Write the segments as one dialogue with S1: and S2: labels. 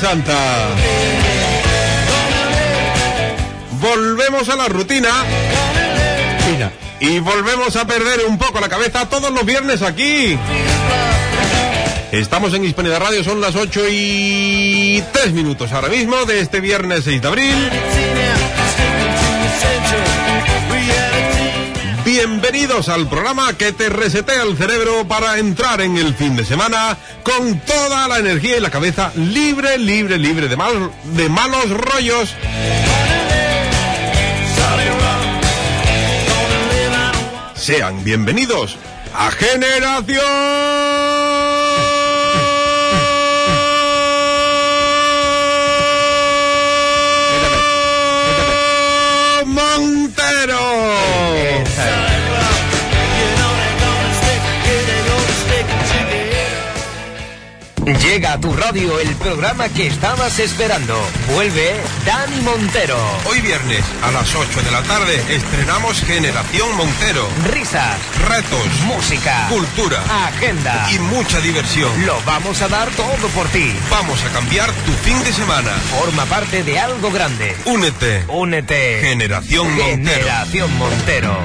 S1: Santa. Volvemos a la rutina. Y volvemos a perder un poco la cabeza todos los viernes aquí. Estamos en Hispanidad Radio, son las 8 y 3 minutos ahora mismo de este viernes 6 de abril. Bienvenidos al programa que te resetea el cerebro para entrar en el fin de semana con toda la energía y la cabeza libre, libre, libre de, mal, de malos rollos. Sean bienvenidos a Generación Montero.
S2: Llega a tu radio el programa que estabas esperando. Vuelve Dani Montero.
S1: Hoy viernes a las 8 de la tarde estrenamos Generación Montero.
S2: Risas,
S1: retos,
S2: música,
S1: cultura,
S2: agenda
S1: y mucha diversión.
S2: Lo vamos a dar todo por ti.
S1: Vamos a cambiar tu fin de semana.
S2: Forma parte de algo grande.
S1: Únete.
S2: Únete.
S1: Generación Montero.
S2: Generación Montero.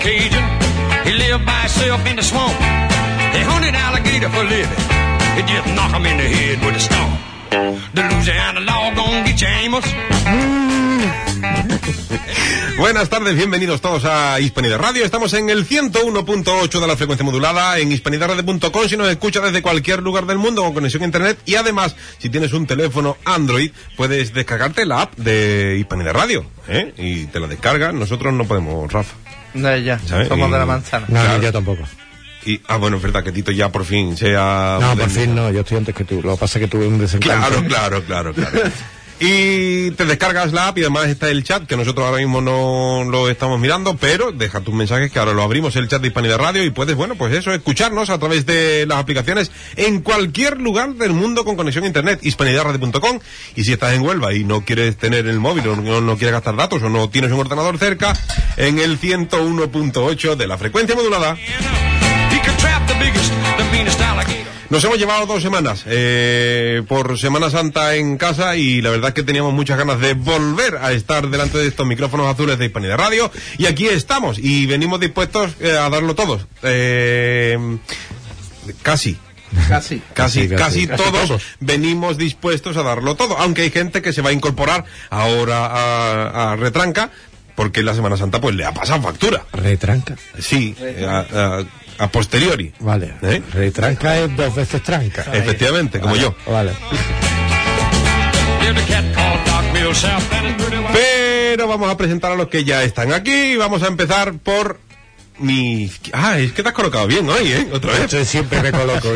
S3: Cajun. He lived by himself in the swamp. They hunted alligator for living. It just knock him in the head with a stone. The Louisiana law gonna get you, Amos.
S1: Buenas tardes, bienvenidos todos a Hispanidad Radio. Estamos en el 101.8 de la frecuencia modulada en hispanidadradio.com si nos escucha desde cualquier lugar del mundo con conexión a internet y además, si tienes un teléfono Android, puedes descargarte la app de Hispanidad Radio, ¿eh? Y te la descargas, nosotros no podemos, Rafa.
S4: No, ya,
S1: ¿Sabes?
S4: somos
S1: Y-
S4: de la manzana.
S5: No,
S1: Claro.
S5: no, yo tampoco.
S1: Y, ah, bueno, es verdad que Tito ya por fin sea...
S5: No,
S1: moderno.
S5: por fin no, yo estoy antes que tú. Lo que pasa es que tuve un desencanto.
S1: Claro, claro, claro, claro. Y te descargas la app y además está el chat, que nosotros ahora mismo no lo estamos mirando, pero deja tus mensajes que ahora lo abrimos el chat de Hispanidad Radio y puedes, bueno, pues eso, escucharnos a través de las aplicaciones en cualquier lugar del mundo con conexión a internet, hispanidadradio.com. Y si estás en Huelva y no quieres tener el móvil o no, no quieres gastar datos o no tienes un ordenador cerca, en el 101.8 de la frecuencia modulada.
S3: He could trap the biggest, the meanest alligator.
S1: Nos hemos llevado dos semanas eh, por Semana Santa en casa y la verdad es que teníamos muchas ganas de volver a estar delante de estos micrófonos azules de Hispanidad Radio y aquí estamos y venimos dispuestos eh, a darlo todos. Eh, casi.
S4: Casi.
S1: Casi,
S5: Sí,
S1: casi,
S5: casi.
S1: todos, venimos dispuestos a darlo todo, aunque hay gente que se va a incorporar ahora a, a retranca porque la Semana Santa pues le ha pasado factura.
S5: Retranca.
S1: Sí, eh, a, a- a posteriori.
S5: Vale.
S1: ¿Eh?
S5: Retranca es dos veces tranca.
S1: Efectivamente, como yo.
S5: Vale.
S3: There's a cat called Doc Millsap, that is pretty well.
S1: Pero vamos a presentar a los que ya están aquí y vamos a empezar por mi... izqui- Ah, es que te has colocado bien hoy, ¿eh? Otra vez.
S5: Yo siempre me coloco.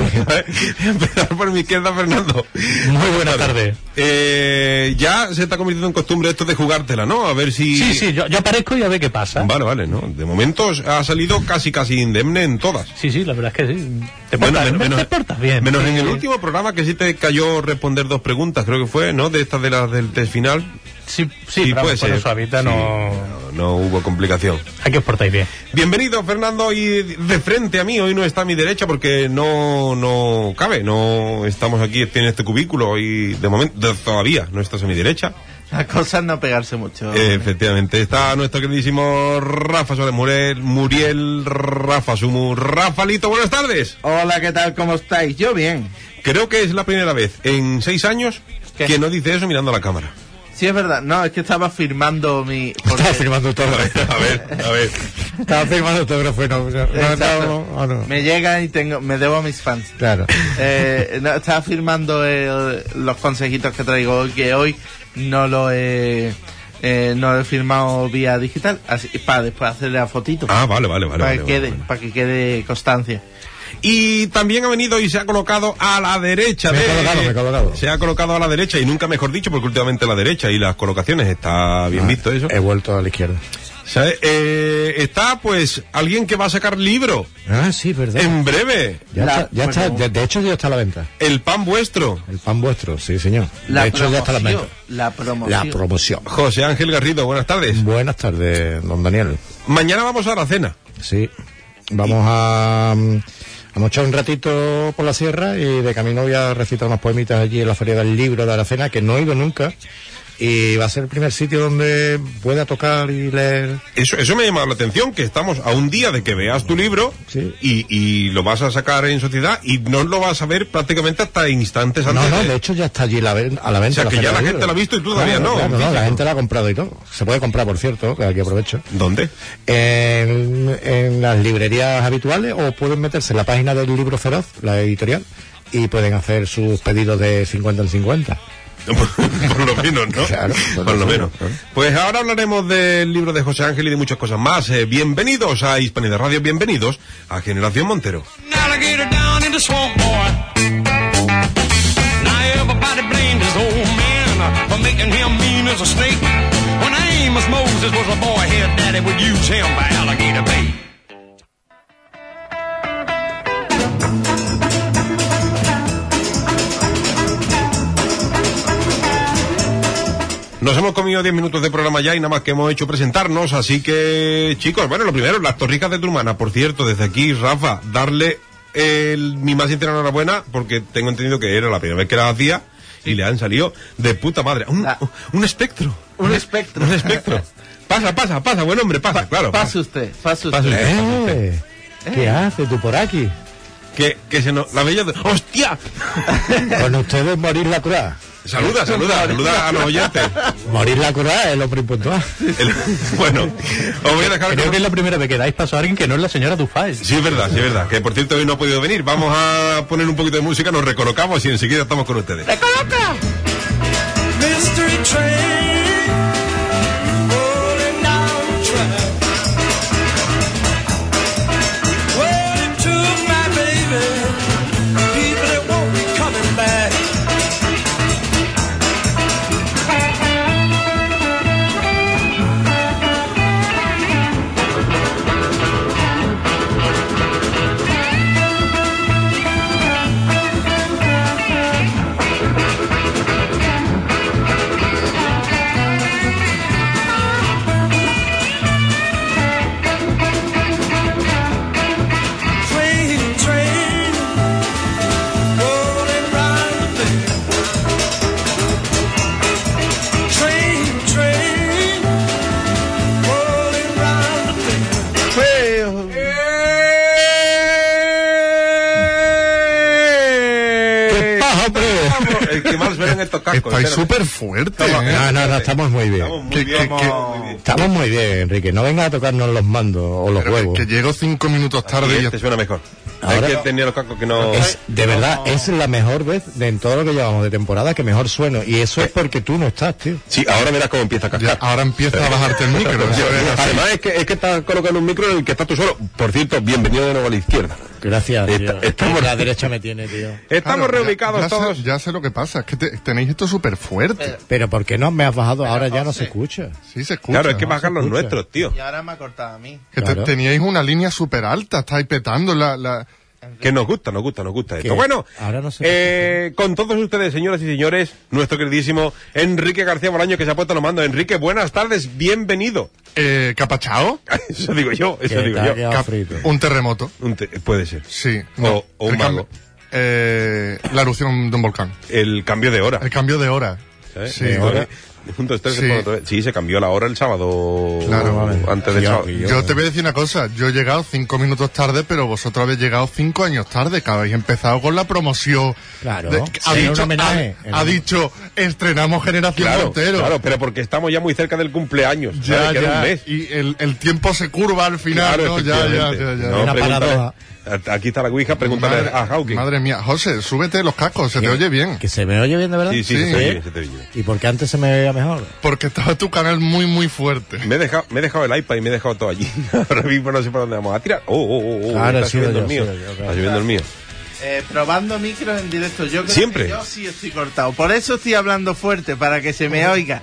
S1: empezar por mi izquierda, Fernando.
S5: Muy buena tarde.
S1: Eh, ya se está convirtiendo en costumbre esto de jugártela, ¿no? A ver si...
S6: Sí, sí, yo, yo aparezco y a ver qué pasa.
S1: Vale, vale, ¿no? De momento ha salido casi, casi indemne en todas.
S6: Sí, sí, la verdad es que sí. Te
S1: Bueno,
S6: portas,
S1: men-
S6: te portas bien.
S1: menos en
S6: Sí.
S1: el último programa que sí te cayó responder dos preguntas, creo que fue, ¿no? De estas de las del test final.
S6: Sí,
S1: Sí,
S6: sí, pero
S1: puede
S6: vamos, por
S1: ser.
S6: eso ahorita
S1: Sí.
S6: no...
S1: controlado, no hubo complicación.
S6: Aquí os portáis bien.
S1: Bienvenido, Fernando, y de frente a mí, hoy no está a mi derecha porque no, no cabe, no estamos aquí en este cubículo y de momento de- todavía no estás a mi derecha.
S7: Las cosas no pegarse mucho.
S1: Eh, efectivamente, está nuestro queridísimo Rafa Suárez Muriel, Muriel Rafa Sumu. Rafalito, buenas tardes.
S7: Hola, ¿qué tal? ¿Cómo estáis? Yo bien.
S1: Creo que es la primera vez en seis años
S7: ¿Qué?
S1: que no dice eso mirando a la cámara.
S7: Sí, es verdad. No, es que estaba firmando mi... porque-
S5: Estaba firmando
S1: A ver,
S5: autógrafo.
S1: a ver, a ver.
S5: Estaba firmando autógrafo y no. no, no,
S7: Exacto.
S5: no, no.
S7: Me llegan y tengo, me debo a mis fans.
S5: Claro.
S7: Eh, no, estaba firmando el- los consejitos que traigo hoy, que hoy no lo he, eh, no lo he firmado vía digital, así, para después hacerle la fotito.
S1: Ah, vale, vale, vale.
S7: para,
S1: vale,
S7: que
S1: vale,
S7: quede,
S1: vale.
S7: para que quede constancia.
S1: Y también ha venido y se ha colocado a la derecha.
S5: Me he
S1: de-
S5: colocado, me he colocado.
S1: Se ha colocado a la derecha y nunca mejor dicho, porque últimamente la derecha y las colocaciones está
S5: Ah,
S1: bien visto eso.
S5: He vuelto a la izquierda.
S1: ¿Sabes? Eh, está pues alguien que va a sacar libro
S5: Ah, sí, verdad.
S1: en breve.
S5: Ya,
S7: Eh, La-
S5: está, ya
S7: bueno.
S5: está, de, de hecho ya está a la venta.
S1: El pan vuestro.
S5: El pan vuestro, sí, señor. de hecho ya está a la venta.
S7: la promoción.
S5: La promoción.
S1: José Ángel Garrido, buenas tardes.
S5: Buenas tardes, don Daniel.
S1: Mañana vamos a la cena.
S5: Sí. Vamos a, mm, vamos a echar un ratito por la sierra y de camino voy a recitar unas poemitas allí en la Feria del Libro de Aracena, que no he ido nunca. Y va a ser el primer sitio donde pueda tocar y leer.
S1: Eso, eso me ha llamado la atención, que estamos a un día de que veas tu libro
S5: Sí.
S1: y, y lo vas a sacar en sociedad y no lo vas a ver prácticamente hasta instantes antes.
S5: No, no,
S1: de-
S5: de hecho ya está allí la ven- a la
S1: O
S5: venta.
S1: sea, que
S5: Feria
S1: ya
S5: del
S1: la
S5: Libro.
S1: gente la ha visto y tú todavía
S5: Claro,
S1: no,
S5: claro,
S1: en
S5: la
S1: físico.
S5: gente la ha comprado y todo. Se puede comprar, por cierto, que aquí aprovecho.
S1: ¿Dónde?
S5: en, en las librerías habituales o pueden meterse en la página del libro feroz, la editorial, y pueden hacer sus pedidos de 50 en 50.
S1: por lo menos, ¿no?
S5: Claro,
S1: por, lo menos. Pues ahora hablaremos del libro de José Ángel y de muchas cosas más. Eh, bienvenidos a Hispanidad Radio, bienvenidos a Generación Montero.
S3: An alligator down in the swamp, boy. Now everybody blamed his old man for making him mean as a snake. When Amos Moses was a boy, his daddy would use him for alligator bait.
S1: Nos hemos comido 10 minutos de programa ya y nada más que hemos hecho presentarnos, así que chicos, bueno, lo primero, las torricas de Turmana, por cierto, desde aquí, Rafa, darle el- mi más sincera enhorabuena, porque tengo entendido que era la primera vez que la hacía y le han salido de puta madre. Un,
S7: Ah.
S1: un espectro,
S7: Un espectro.
S1: un espectro. Pasa, pasa, pasa, buen hombre, pasa, claro.
S7: Pase usted, pase usted.
S1: Pase usted.
S5: ¡Eh! ¿Qué hace tú por aquí?
S1: Que, que se nos... La bella... ¡Hostia!
S5: Con ustedes morir la curada.
S1: Saluda, saluda, saluda a los oyentes.
S5: Morir la curada es lo primordial.
S1: El- bueno, os voy a dejar
S6: Creo que
S1: con...
S6: es la primera vez que dais paso a alguien que no es la señora Dufay.
S1: Sí, es verdad, sí, es verdad. Que por cierto hoy no ha podido venir. Vamos a poner un poquito de música, nos recolocamos y enseguida estamos con ustedes.
S3: Mystery train rolling down the track. Well, it took my baby, people that won't be coming back. Train, train rolling round the bend. Train, train rolling round the bend.
S5: ¡Qué paja, hombre!
S1: El que más ven estos cascos.
S8: Estáis
S1: espera.
S8: súper fuerte.
S5: No, no, no, eh. estamos muy bien.
S1: Estamos muy bien, muy bien.
S5: Estamos muy bien, Enrique. No vengas a tocarnos los mandos o los
S8: Pero
S5: huevos.
S8: que, que llego cinco minutos tarde y ya
S1: Este suena mejor.
S5: Ahora-
S1: Es que tenía los cascos que no...
S5: Es, de verdad, es la mejor vez de en todo lo que llevamos de temporada que mejor sueno. Y eso es porque tú no estás, tío.
S1: Sí, ahora verás cómo empieza a
S8: Ya, ahora empieza a bajarte el micro. eso es así.
S1: Además es que, es que estás colocando un micro en el que estás tú solo. Por cierto, bienvenido de nuevo a la izquierda.
S5: Gracias,
S1: Está-
S5: tío.
S1: estamos-
S5: La derecha me tiene, tío.
S1: Estamos
S8: Claro, ya-
S1: reubicados
S8: ya sé-
S1: todos. Eh,
S8: ya sé lo que pasa, es que te- tenéis esto súper fuerte.
S5: Pero ¿por qué no me has bajado? Ahora ya no se escucha.
S8: Sí, se escucha.
S1: Claro, es que
S8: ¿no?
S1: bajan los
S5: escucha.
S1: nuestros, tío.
S7: Y ahora me ha cortado a mí.
S8: Que te-
S5: Claro.
S8: teníais una línea súper alta, estáis petando la, la,
S1: Que nos gusta, nos gusta, nos gusta esto.
S5: Que
S1: Bueno,
S5: ahora no se
S1: eh, con todos ustedes, señoras y señores, nuestro queridísimo Enrique García Bolaño, que se ha puesto los mandos. Enrique, buenas tardes, bienvenido.
S8: Eh, ¿Capachao?
S1: Eso digo yo, eso
S5: Que
S1: digo
S5: te ha
S1: yo.
S5: quedado
S8: Cap-
S5: frito.
S8: un terremoto.
S1: Un te- puede ser.
S8: Sí.
S1: O- o un
S8: el cambio-
S1: mago.
S8: eh, la erupción de un volcán.
S1: El cambio de hora.
S8: El cambio de hora.
S1: ¿sabes?
S8: Sí.
S1: De hora. Un, dos, tres,
S8: Sí.
S1: se pone otra vez. sí, se cambió la hora el sábado.
S8: Claro.
S1: antes del
S5: Ya,
S1: sábado.
S5: y
S8: Yo te voy a decir una cosa, yo he llegado cinco minutos tarde, pero vosotros habéis llegado cinco años tarde, que habéis empezado con la promoción.
S5: Claro.
S8: que ha,
S5: Sí,
S8: dicho,
S5: un homenaje.
S8: ha, ha dicho, estrenamos Generación
S1: Claro,
S8: Montero.
S1: claro, pero porque estamos ya muy cerca del cumpleaños.
S8: Ya,
S1: ¿sabes? Queda
S8: ya.
S1: un mes.
S8: Y el, el tiempo se curva al final,
S1: Claro,
S8: ¿no? Ya, ya, ya,
S1: efectivamente.
S8: ya.
S1: No,
S5: Una
S1: pregúntale-
S5: paradoja.
S1: Aquí está la Ouija, pregúntale
S8: madre,
S1: a Hawking.
S8: madre mía, José, súbete los cascos, se te oye bien.
S5: Que se me oye bien, de verdad.
S1: Sí, sí, se
S8: Sí.
S1: te oye, se te oye.
S5: ¿Y porque antes se me veía mejor?
S8: Porque estaba tu canal muy, muy fuerte.
S1: Me he, dejado, me he dejado el iPad y me he dejado todo allí. Ahora mismo no sé por dónde vamos a tirar. Oh, oh, oh, oh,
S5: Claro,
S1: está
S5: he sido
S1: subiendo
S5: yo,
S1: el mío.
S5: he sido yo, claro.
S1: Está subiendo el mío.
S7: Eh, probando micros en directo. Yo creo
S1: Siempre.
S7: que yo sí estoy cortado. Por eso estoy hablando fuerte, para que se me oiga.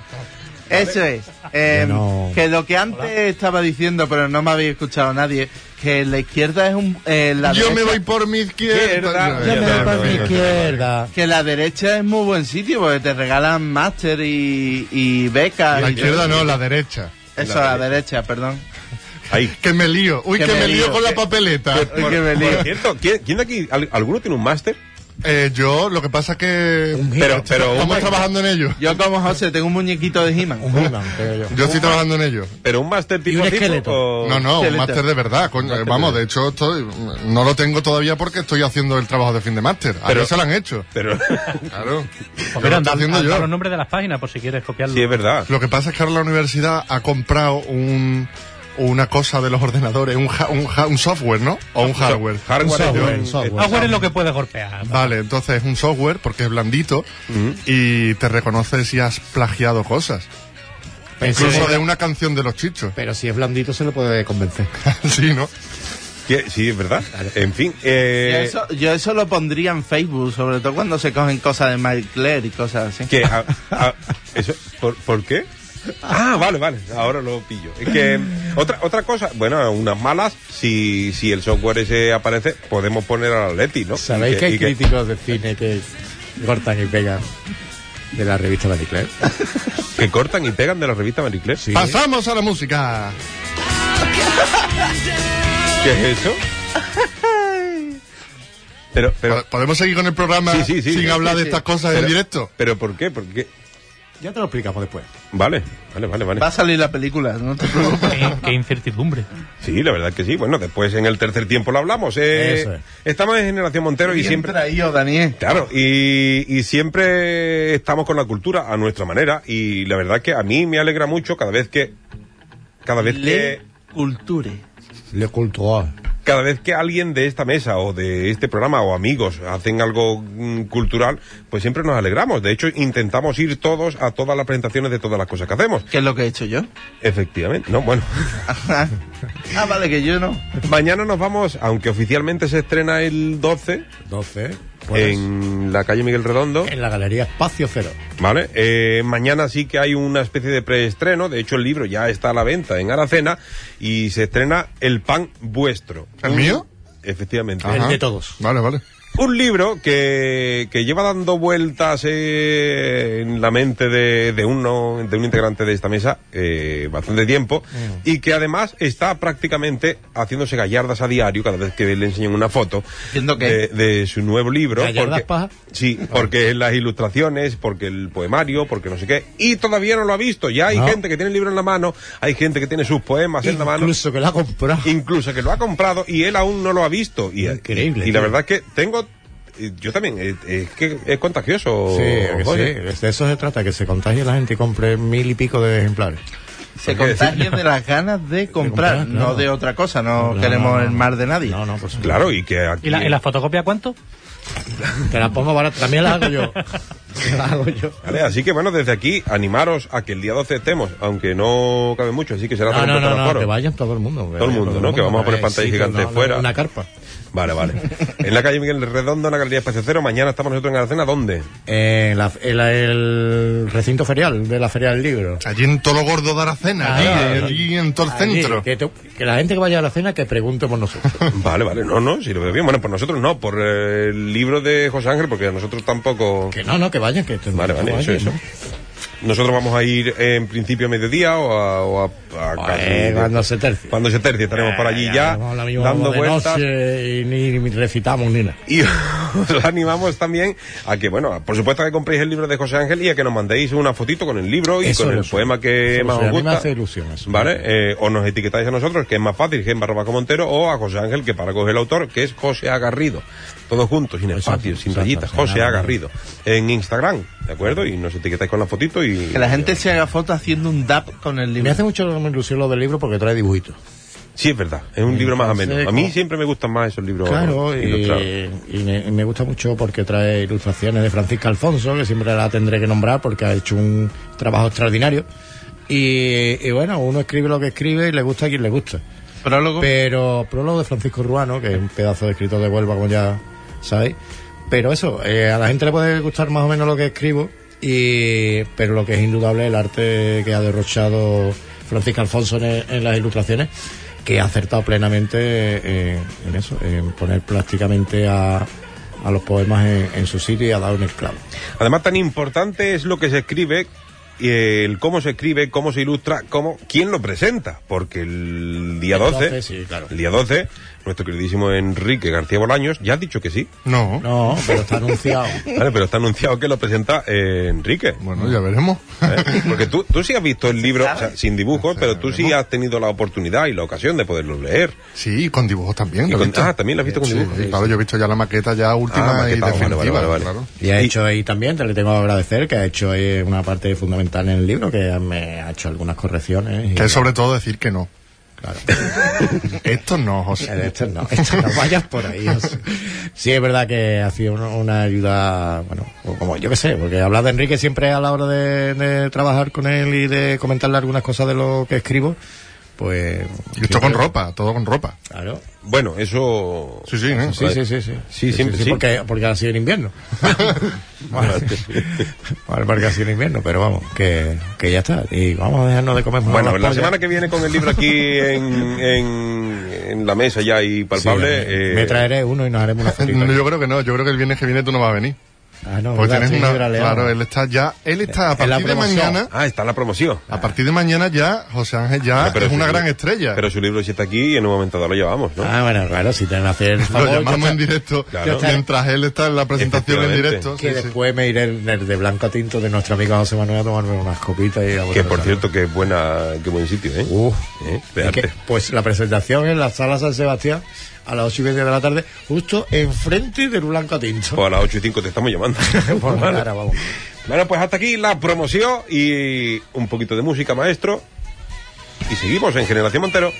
S7: Eso es. Eh,
S5: Que no.
S7: Que lo que antes estaba diciendo, pero no me había escuchado nadie, que la izquierda es un... eh, la
S8: Yo
S7: derecha-
S8: me voy por mi izquierda.
S1: Izquierda.
S5: Ya
S1: Ya
S5: me
S1: está,
S5: voy para
S1: no,
S5: mi
S1: no, no,
S5: izquierda.
S7: Que la derecha es muy buen sitio porque te regalan máster y, y becas.
S8: La
S7: Y-
S8: izquierda no, la derecha.
S7: Eso, la derecha, perdón.
S1: Ahí.
S8: Que me lío. Uy, que, me lío, con la
S7: que-
S8: papeleta.
S7: Uy, que me lío.
S1: Por cierto, ¿quién, quién de aquí, al- alguno tiene un máster?
S8: Eh, yo, lo que pasa que...
S1: Pero, pero,
S8: Estamos
S1: un,
S8: trabajando en ello.
S7: Yo como José tengo un muñequito de He-Man.
S5: Un He-Man, creo yo.
S8: Yo estoy trabajando en ello.
S1: pero un máster tipo
S5: un
S1: tipo,
S5: esqueleto.
S1: o-
S8: No, no, un
S7: Excelente.
S8: Oh, máster de verdad. coño.
S1: máster de
S8: Vamos,
S1: verdad.
S8: de hecho, estoy- no lo tengo todavía porque estoy haciendo el trabajo de fin de máster. A
S1: Pero-
S8: mí se lo han hecho.
S1: Pero,
S8: Claro. Pero lo
S6: Pero
S8: estoy
S6: anda,
S8: haciendo
S6: anda
S8: yo.
S6: los nombres de las páginas por si quieres copiarlo.
S1: sí, es verdad.
S8: Lo que pasa es que ahora la universidad ha comprado un, una cosa de los ordenadores, un, ja- un, ja- un software, ¿no? O un hardware.
S1: Hardware, eh,
S5: Un software,
S1: yo-
S5: un software.
S6: Hardware es lo que puedes golpear.
S8: Vale, entonces es un software porque es blandito y te reconoce si has plagiado cosas. Incluso de una canción de los chichos.
S5: Pero si es blandito se lo puede convencer.
S8: sí, ¿no?
S1: que- eh, sí, es verdad. En fin. Eh,
S7: Eso- yo eso lo pondría en Facebook, sobre todo cuando se cogen cosas de Mike Claire y cosas así.
S1: que a- a- eso, ¿por, por qué? Ah, vale, vale, ahora lo pillo. Es que otra otra cosa, bueno, unas malas, si, si el software ese aparece, podemos poner al Leti, ¿no?
S5: ¿Sabéis
S1: Y
S5: que hay
S1: y que-
S5: críticos de cine que cortan y pegan de la revista Marie Claire?
S1: que cortan y pegan de la revista Marie Claire.
S8: Pasamos a la música.
S1: ¿Qué es eso? Pero, pero,
S8: Po- ¿Podemos seguir con el programa
S1: Sí, sí, sí.
S8: sin hablar de
S7: sí.
S8: estas cosas en
S1: pero-
S8: directo?
S1: pero ¿por qué? ¿Por qué?
S5: Ya te lo explicamos después.
S1: Vale, vale, vale, vale.
S7: Va a salir la película, no te preocupes.
S6: Qué, qué incertidumbre.
S1: Sí, la verdad que sí. Bueno, después en el tercer tiempo lo hablamos. eh.
S5: Eso es.
S1: Estamos en Generación Montero y
S7: Bien
S1: siempre...
S7: traído, Daniel.
S1: Claro, y, y siempre estamos con la cultura a nuestra manera y la verdad que a mí me alegra mucho cada vez que cada vez
S7: Le
S1: que
S7: culture.
S5: Le cultural.
S1: cada vez que alguien de esta mesa o de este programa o amigos hacen algo mm, cultural, pues siempre nos alegramos. De hecho, intentamos ir todos a todas las presentaciones de todas las cosas que hacemos.
S7: ¿Qué es lo que he hecho yo?
S1: Efectivamente, no, bueno.
S7: ah, vale, que yo no.
S1: Mañana nos vamos, aunque oficialmente se estrena el 12
S5: 12. pues, en...
S1: en la calle Miguel Redondo.
S5: la galería Espacio Cero.
S1: Vale, eh, mañana sí que hay una especie de preestreno, de hecho el libro ya está a la venta en Aracena y se estrena El pan vuestro.
S8: ¿El mío?
S1: Efectivamente.
S8: Ajá.
S5: de todos.
S8: Vale, vale.
S1: Un libro que, que lleva dando vueltas eh, en la mente de, de uno, de un integrante de esta mesa eh, bastante tiempo
S5: Mm.
S1: y que además está prácticamente haciéndose gallardas a diario cada vez que le enseñan una foto
S7: ¿Haciendo qué?
S1: de, de su nuevo libro.
S5: ¿Gallardas
S1: porque-
S5: paja? Ah.
S1: Sí, porque las ilustraciones, porque el poemario, porque no sé qué. Y todavía no lo ha visto. Ya hay
S5: No.
S1: gente que tiene el libro en la mano, hay gente que tiene sus poemas en la mano
S5: Incluso que la ha comprado.
S1: incluso que lo ha comprado y él aún no lo ha visto. Y,
S5: Increíble,
S1: Y, la
S5: tío.
S1: verdad que tengo. Yo también, eh, es que es contagioso.
S5: Sí, que
S1: Jorge.
S5: sí, de eso se trata, que se contagie la gente y compre mil y pico de ejemplares.
S7: Se
S1: ¿Por qué
S7: contagia de las ganas de comprar,
S5: comprar,
S7: no
S5: claro.
S7: de otra cosa. No,
S5: No,
S7: queremos
S5: no, no.
S7: el mar de nadie.
S5: No, no, por supuesto.
S1: Claro, y que aquí.
S6: ¿Y la, y la fotocopia cuánto?
S5: Te la pongo barata, también la hago yo. la hago yo.
S1: Vale, así que bueno, desde aquí animaros a que el día 12 estemos, aunque no cabe mucho, así que será
S5: No,
S1: para
S5: no,
S1: completar
S5: no, no,
S1: aforo.
S5: que vayan todo el mundo.
S1: Todo el mundo, ¿no? Que vamos a poner pantalla gigante
S5: gigantes
S1: fuera.
S5: Una carpa.
S1: Vale, vale. en la calle Miguel Redondo, en la Galería Espacio Cero, mañana estamos nosotros en Aracena, ¿dónde?
S5: Eh, la- el, el recinto ferial de la Feria del Libro.
S8: Allí en todo lo gordo de Aracena, allí,
S5: Ah,
S8: allí en todo el
S5: Allí,
S8: centro.
S5: que, te- que la gente que vaya a la cena que pregunte por nosotros.
S1: Vale, vale, no, no, si lo veo bien. Bueno, por nosotros no, por eh, el libro de José Ángel, porque a nosotros tampoco...
S5: que no, no, que vayan, que te-
S1: Vale,
S5: que
S1: vale, eso,
S5: vayan,
S1: eso.
S5: ¿no?
S1: Nosotros vamos a ir eh, en principio a mediodía o a... o a- a casi-
S5: Eh, cuando se tercie. Eh,
S1: Cuando se tercie, estaremos por allí ya,
S5: Vamos a la misma
S1: dando
S5: de
S1: vueltas.
S5: noche y ni, ni recitamos ni nada.
S1: Y os animamos también a que, bueno, por supuesto que compréis el libro de José Ángel y a que nos mandéis una fotito con el libro y
S5: Eso
S1: con
S5: lo
S1: el
S5: sé.
S1: poema que
S5: Eso lo
S1: más os
S5: sé, a mí me
S1: gusta.
S5: hace ilusión eso.
S1: ¿Vale? Eh, o nos etiquetáis a nosotros, que es más fácil, Gemma Robaco Montero, o a José Ángel, que para coger el autor, que es José Agarrido. Todos juntos, sin
S5: Exacto,
S1: espacios, sin
S5: exacto,
S1: rayitas.
S5: exacto.
S1: José Agarrido. En Instagram, ¿de acuerdo? Y nos etiquetáis con la fotito y...
S7: Que la gente se haga foto haciendo un dab con el
S5: Me
S7: libro.
S5: hace mucho ilusión lo del libro porque trae dibujitos.
S1: Sí, es verdad. Es un libro más ameno.
S5: Entonces,
S1: A mí
S5: ¿cómo?
S1: siempre me gustan más esos libros
S5: Claro,
S1: ilustrados.
S5: y, y me, y me gusta mucho porque trae ilustraciones de Francisca Alfonso, que siempre la tendré que nombrar porque ha hecho un trabajo extraordinario. Y, y bueno, uno escribe lo que escribe y le gusta a quien le gusta.
S7: Prólogo.
S5: Pero prólogo de Francisco Ruano, que es un pedazo de escritor de Huelva, como ya sabéis. Pero eso, eh, a la gente le puede gustar más o menos lo que escribo, y, pero lo que es indudable es el arte que ha derrochado Francisco Alfonso en, en las ilustraciones, que ha acertado plenamente eh, en eso, en poner prácticamente a, a los poemas en, en su sitio y ha dado un esclavo.
S1: Además, tan importante es lo que se escribe, y el cómo se escribe, cómo se ilustra, cómo, quién lo presenta. Porque el día
S5: El
S1: 12,
S5: 12, sí, claro.
S1: el día 12, nuestro queridísimo Enrique García Bolaños ya ha dicho que sí.
S8: No.
S5: No, pero está anunciado.
S1: Vale, pero está anunciado que lo presenta eh, Enrique.
S8: Bueno, ya veremos.
S1: ¿eh? Porque tú, tú sí has visto el libro, o sea, sin dibujos, pero tú sí has tenido la oportunidad y la ocasión de poderlo leer.
S8: Sí, y con dibujos también.
S1: Y
S8: lo he
S1: con-
S8: visto.
S1: ah, también lo has visto con
S8: Sí,
S1: dibujos.
S8: sí, claro, yo he visto ya la maqueta ya
S1: Ah,
S8: última y
S1: maqueta, vale,
S8: definitiva.
S1: vale, vale.
S8: claro.
S5: Y ha hecho ahí también, te le tengo que agradecer, que ha hecho ahí una parte fundamental en el libro, que me ha hecho algunas correcciones. y-
S8: Que es sobre todo decir que no.
S5: Claro.
S8: Esto no, José.
S5: Eh, Esto no, esto no vayas por ahí. o sea. Sí, es verdad que ha sido una, una ayuda, bueno, o como yo que sé, porque hablar de Enrique siempre a la hora de, de trabajar con él y de comentarle algunas cosas de lo que escribo, pues...
S8: Y
S5: siempre-
S8: esto con ropa, todo con ropa.
S5: Claro.
S1: Bueno, eso.
S8: Sí, sí, ¿eh?
S5: Sí, sí, sí, sí.
S1: siempre, sí.
S5: Porque, porque ha sido en invierno. vale. Vale, porque ha sido en invierno, pero vamos, que, que ya está. Y vamos a dejarnos de comer.
S1: Bueno,
S5: las
S1: la
S5: pollas.
S1: semana que viene con el libro aquí en, en, en la mesa ya y
S5: Sí,
S1: palpable. eh,
S5: Me traeré uno y nos haremos una fotito.
S8: No, yo creo que no, yo creo que el viernes que viene tú no vas a venir.
S5: Ah, no,
S8: Porque
S5: verdad,
S8: tienes
S5: sí,
S8: una.
S5: era León.
S8: Claro, él está ya. Él está a
S5: Es la
S8: partir de
S5: promoción.
S8: mañana.
S1: Ah, está la promoción.
S8: A partir de mañana ya, José Ángel ya
S1: Pero
S8: Ah, es
S1: su
S8: una
S1: libro-
S8: gran estrella.
S1: Pero su libro sí está aquí y en un momento dado lo llevamos, ¿no?
S5: Ah, bueno, claro, si te hacer el
S8: Lo
S5: favor,
S8: llamamos
S5: yo-
S8: en directo.
S1: Claro.
S8: Mientras él está en la presentación en
S1: Efectivamente.
S8: directo.
S5: que
S8: sí, sí.
S5: después me iré en el de blanco a tinto de nuestro amigo José Manuel a tomarme unas copitas y a
S1: que por cierto, qué buena, qué buen sitio, ¿eh?
S5: Uf,
S1: ¿Eh? De
S5: es
S1: arte.
S5: que, pues la presentación en la sala San Sebastián a las ocho y media de la tarde, justo enfrente del blanco a tinto.
S1: O a las 8 y 5 te estamos llamando.
S5: Por
S1: Vale.
S5: cara, vamos.
S1: Bueno, pues hasta aquí la promoción y un poquito de música, maestro. Y seguimos en Generación Montero.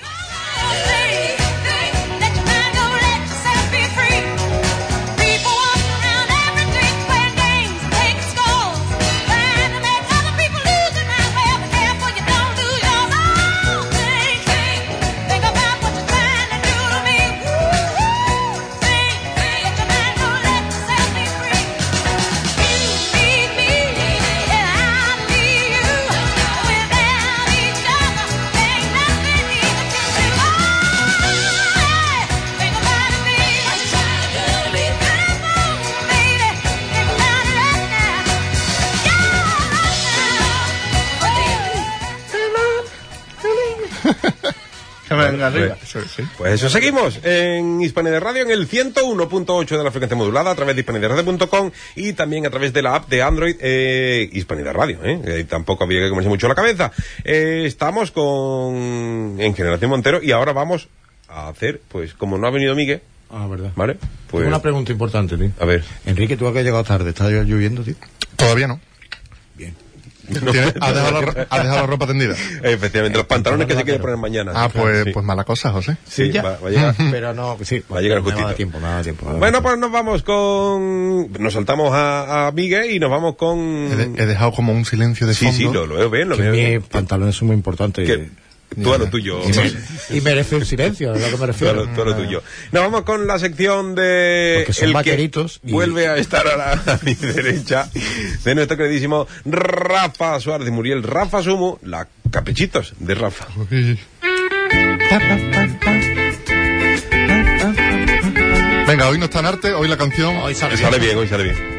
S7: Que me venga arriba.
S8: Sí, sí.
S1: Pues eso, seguimos en Hispania de Radio en el 101.8 de la frecuencia modulada a través de hispaniadradio.com y también a través de la app de Android eh, Hispanidad Radio. ¿eh? Eh, tampoco había que comerse mucho la cabeza. Eh, estamos con en Generación Montero y ahora vamos a hacer, pues como no ha venido Miguel,
S5: Ah, verdad.
S1: ¿vale? Pues
S5: Tengo una pregunta importante, tío.
S1: a ver,
S5: Enrique, tú has llegado tarde, está lloviendo, tío.
S8: Todavía no. Tiene- ha, dejado la, ro- ha dejado la ropa tendida. Eh,
S1: Efectivamente, los pantalones que se quiere poner mañana.
S8: Ah, pues,
S1: Sí.
S8: pues mala cosa, José.
S1: Sí,
S8: Ya.
S1: va, va a llegar.
S5: Pero no, sí.
S1: Va a llegar
S5: me
S1: justito.
S5: da tiempo, me da tiempo.
S1: Bueno, pues nos vamos con. Nos saltamos a, a Miguel y nos vamos
S8: He,
S1: con.
S8: de- he dejado como un silencio de
S1: Sí,
S8: fondo.
S1: sí, lo, lo veo bien, lo
S5: Que
S1: veo
S5: mis
S1: bien.
S5: pantalones son muy importantes.
S1: Que- tú a lo tuyo.
S5: Y, me- y merece un silencio, es lo que me
S1: Tú a
S5: refiero.
S1: lo, tú a lo tuyo. Nos vamos con la sección de.
S5: Porque son
S1: que
S5: vaqueritos y-
S1: Vuelve a estar a, la, a mi derecha de nuestro queridísimo Rafa Suárez de Muriel. Rafa Sumo, la capechitos de Rafa.
S8: Uy. Venga, hoy no está en arte, hoy la canción.
S5: Hoy sale
S1: Hoy
S5: bien.
S1: sale bien, hoy sale bien.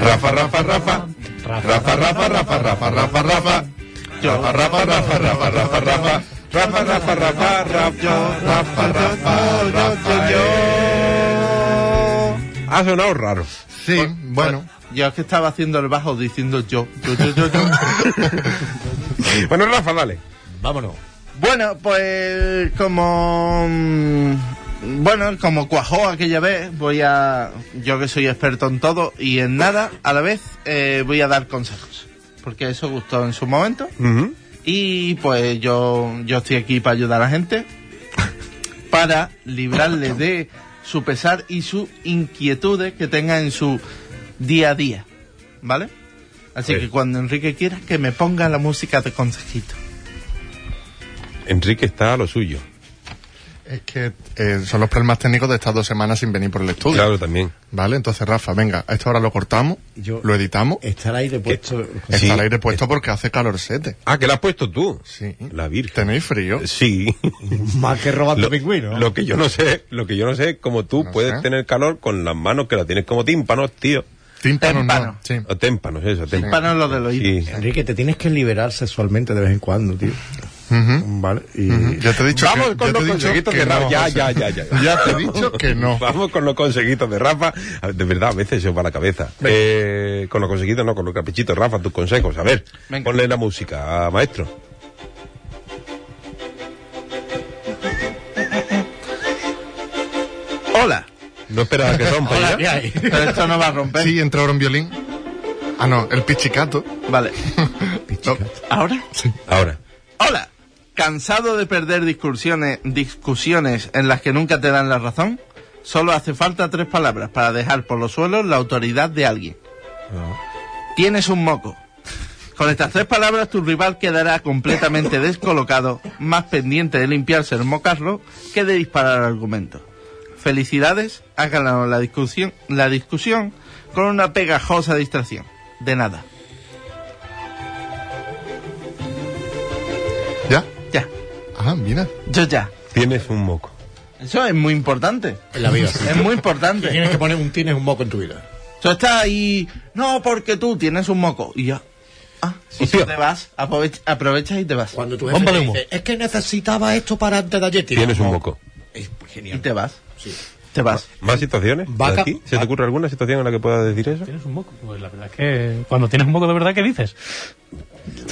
S1: Rafa, Rafa, Rafa. Rafa, Rafa, Rafa, Rafa, Rafa, Rafa. Rafa, Rafa, Rafa, Rafa, Rafa, Rafa. Rafa, Rafa, Rafa, Rafa, Rafa, Rafa, Rafa. eh. Ha sonado raro.
S8: Sí,
S1: Pues,
S8: bueno.
S7: Yo es que estaba haciendo el bajo diciendo yo, yo, yo, yo, yo.
S1: Bueno, Rafa, dale.
S5: Vámonos.
S7: Bueno, pues como mm, bueno, como cuajó aquella vez, voy a yo que soy experto en todo y en nada a la vez eh, voy a dar consejos porque eso gustó en su momento y pues yo yo estoy aquí para ayudar a la gente para librarle de su pesar y sus inquietudes que tenga en su día a día, ¿vale? Así
S1: Sí.
S7: que cuando Enrique quiera que me ponga la música de consejito.
S1: Enrique está a lo suyo. pues-
S8: Es que eh, son los problemas técnicos de estas dos semanas sin venir por el estudio.
S1: Claro, también.
S8: Vale, entonces Rafa, venga, a esta hora lo cortamos,
S5: Yo-
S8: lo editamos,
S1: Eh,
S5: Estar ahí de puesto.
S8: está al aire puesto porque hace calorcete.
S1: Ah, que la has puesto tú.
S8: Sí.
S1: La Virgen.
S8: ¿Tenéis frío?
S1: Sí.
S5: Más que robando pingüinos.
S1: Lo que yo no sé, lo que yo no sé es cómo tú
S8: No
S1: puedes
S8: sé.
S1: tener calor con las manos que la tienes como tímpanos, tío.
S8: Tímpanos no.
S7: Témpano.
S8: Sí.
S1: O témpanos, eso, témpanos.
S7: Para lo del oído.
S1: Sí.
S5: Enrique, te tienes que liberar sexualmente de vez en cuando, tío.
S8: Ujú.
S5: Vale. Y
S8: Ujú. Ya te he dicho
S1: Vamos
S8: que,
S1: con
S8: ya
S1: los
S8: te he dicho
S1: consejitos de
S8: que
S1: Rafa.
S8: no,
S1: ya,
S8: José.
S1: ya, ya, ya.
S8: Ya te he dicho que no.
S1: Vamos con los consejitos de Rafa. A ver, De verdad, a veces se os va la cabeza. Eh, con los consejitos no, con los caprichitos. Rafa, tus consejos. A ver,
S7: Venga.
S1: ponle la música, maestro.
S7: Hola.
S1: No esperaba que rompa. ¿ya?
S7: Pero esto no va a romper.
S8: Sí, entra ahora un violín. Ah, no, el pichicato.
S7: Vale.
S8: No,
S7: ¿Ahora?
S1: Ahora.
S7: Hola. ¿Cansado de perder discusiones, discusiones en las que nunca te dan la razón? Solo hace falta tres palabras para dejar por los suelos la autoridad de alguien. Tienes un moco. Con estas tres palabras tu rival quedará completamente descolocado, más pendiente de limpiarse el mocarlo que de disparar argumentos. Felicidades, has ganado la discusión, la discusión con una pegajosa distracción. De nada.
S8: ¿Ya?
S7: Ya.
S8: Ah, mira.
S7: Yo ya.
S1: Tienes un moco.
S7: Eso es muy importante.
S5: en la vida. sí.
S7: Es muy importante.
S5: Tienes que poner un tienes un moco en tu vida.
S7: Tú estás ahí, no, porque tú tienes un moco. Y ya. Ah, y tú
S1: Hostia.
S7: te vas, aprovech- aprovechas y te vas.
S5: Cuando tu jefe te dice, es que necesitaba esto para antes de ayer. tienes
S1: Tienes un moco.
S5: Es genial.
S7: Y te vas. Te vas.
S1: ¿Más situaciones?
S5: Vaca-
S1: ¿Aquí? ¿Se te ocurre alguna situación en la que puedas decir eso?
S6: Tienes un moco. Pues la verdad es que cuando tienes un moco de verdad, ¿qué dices?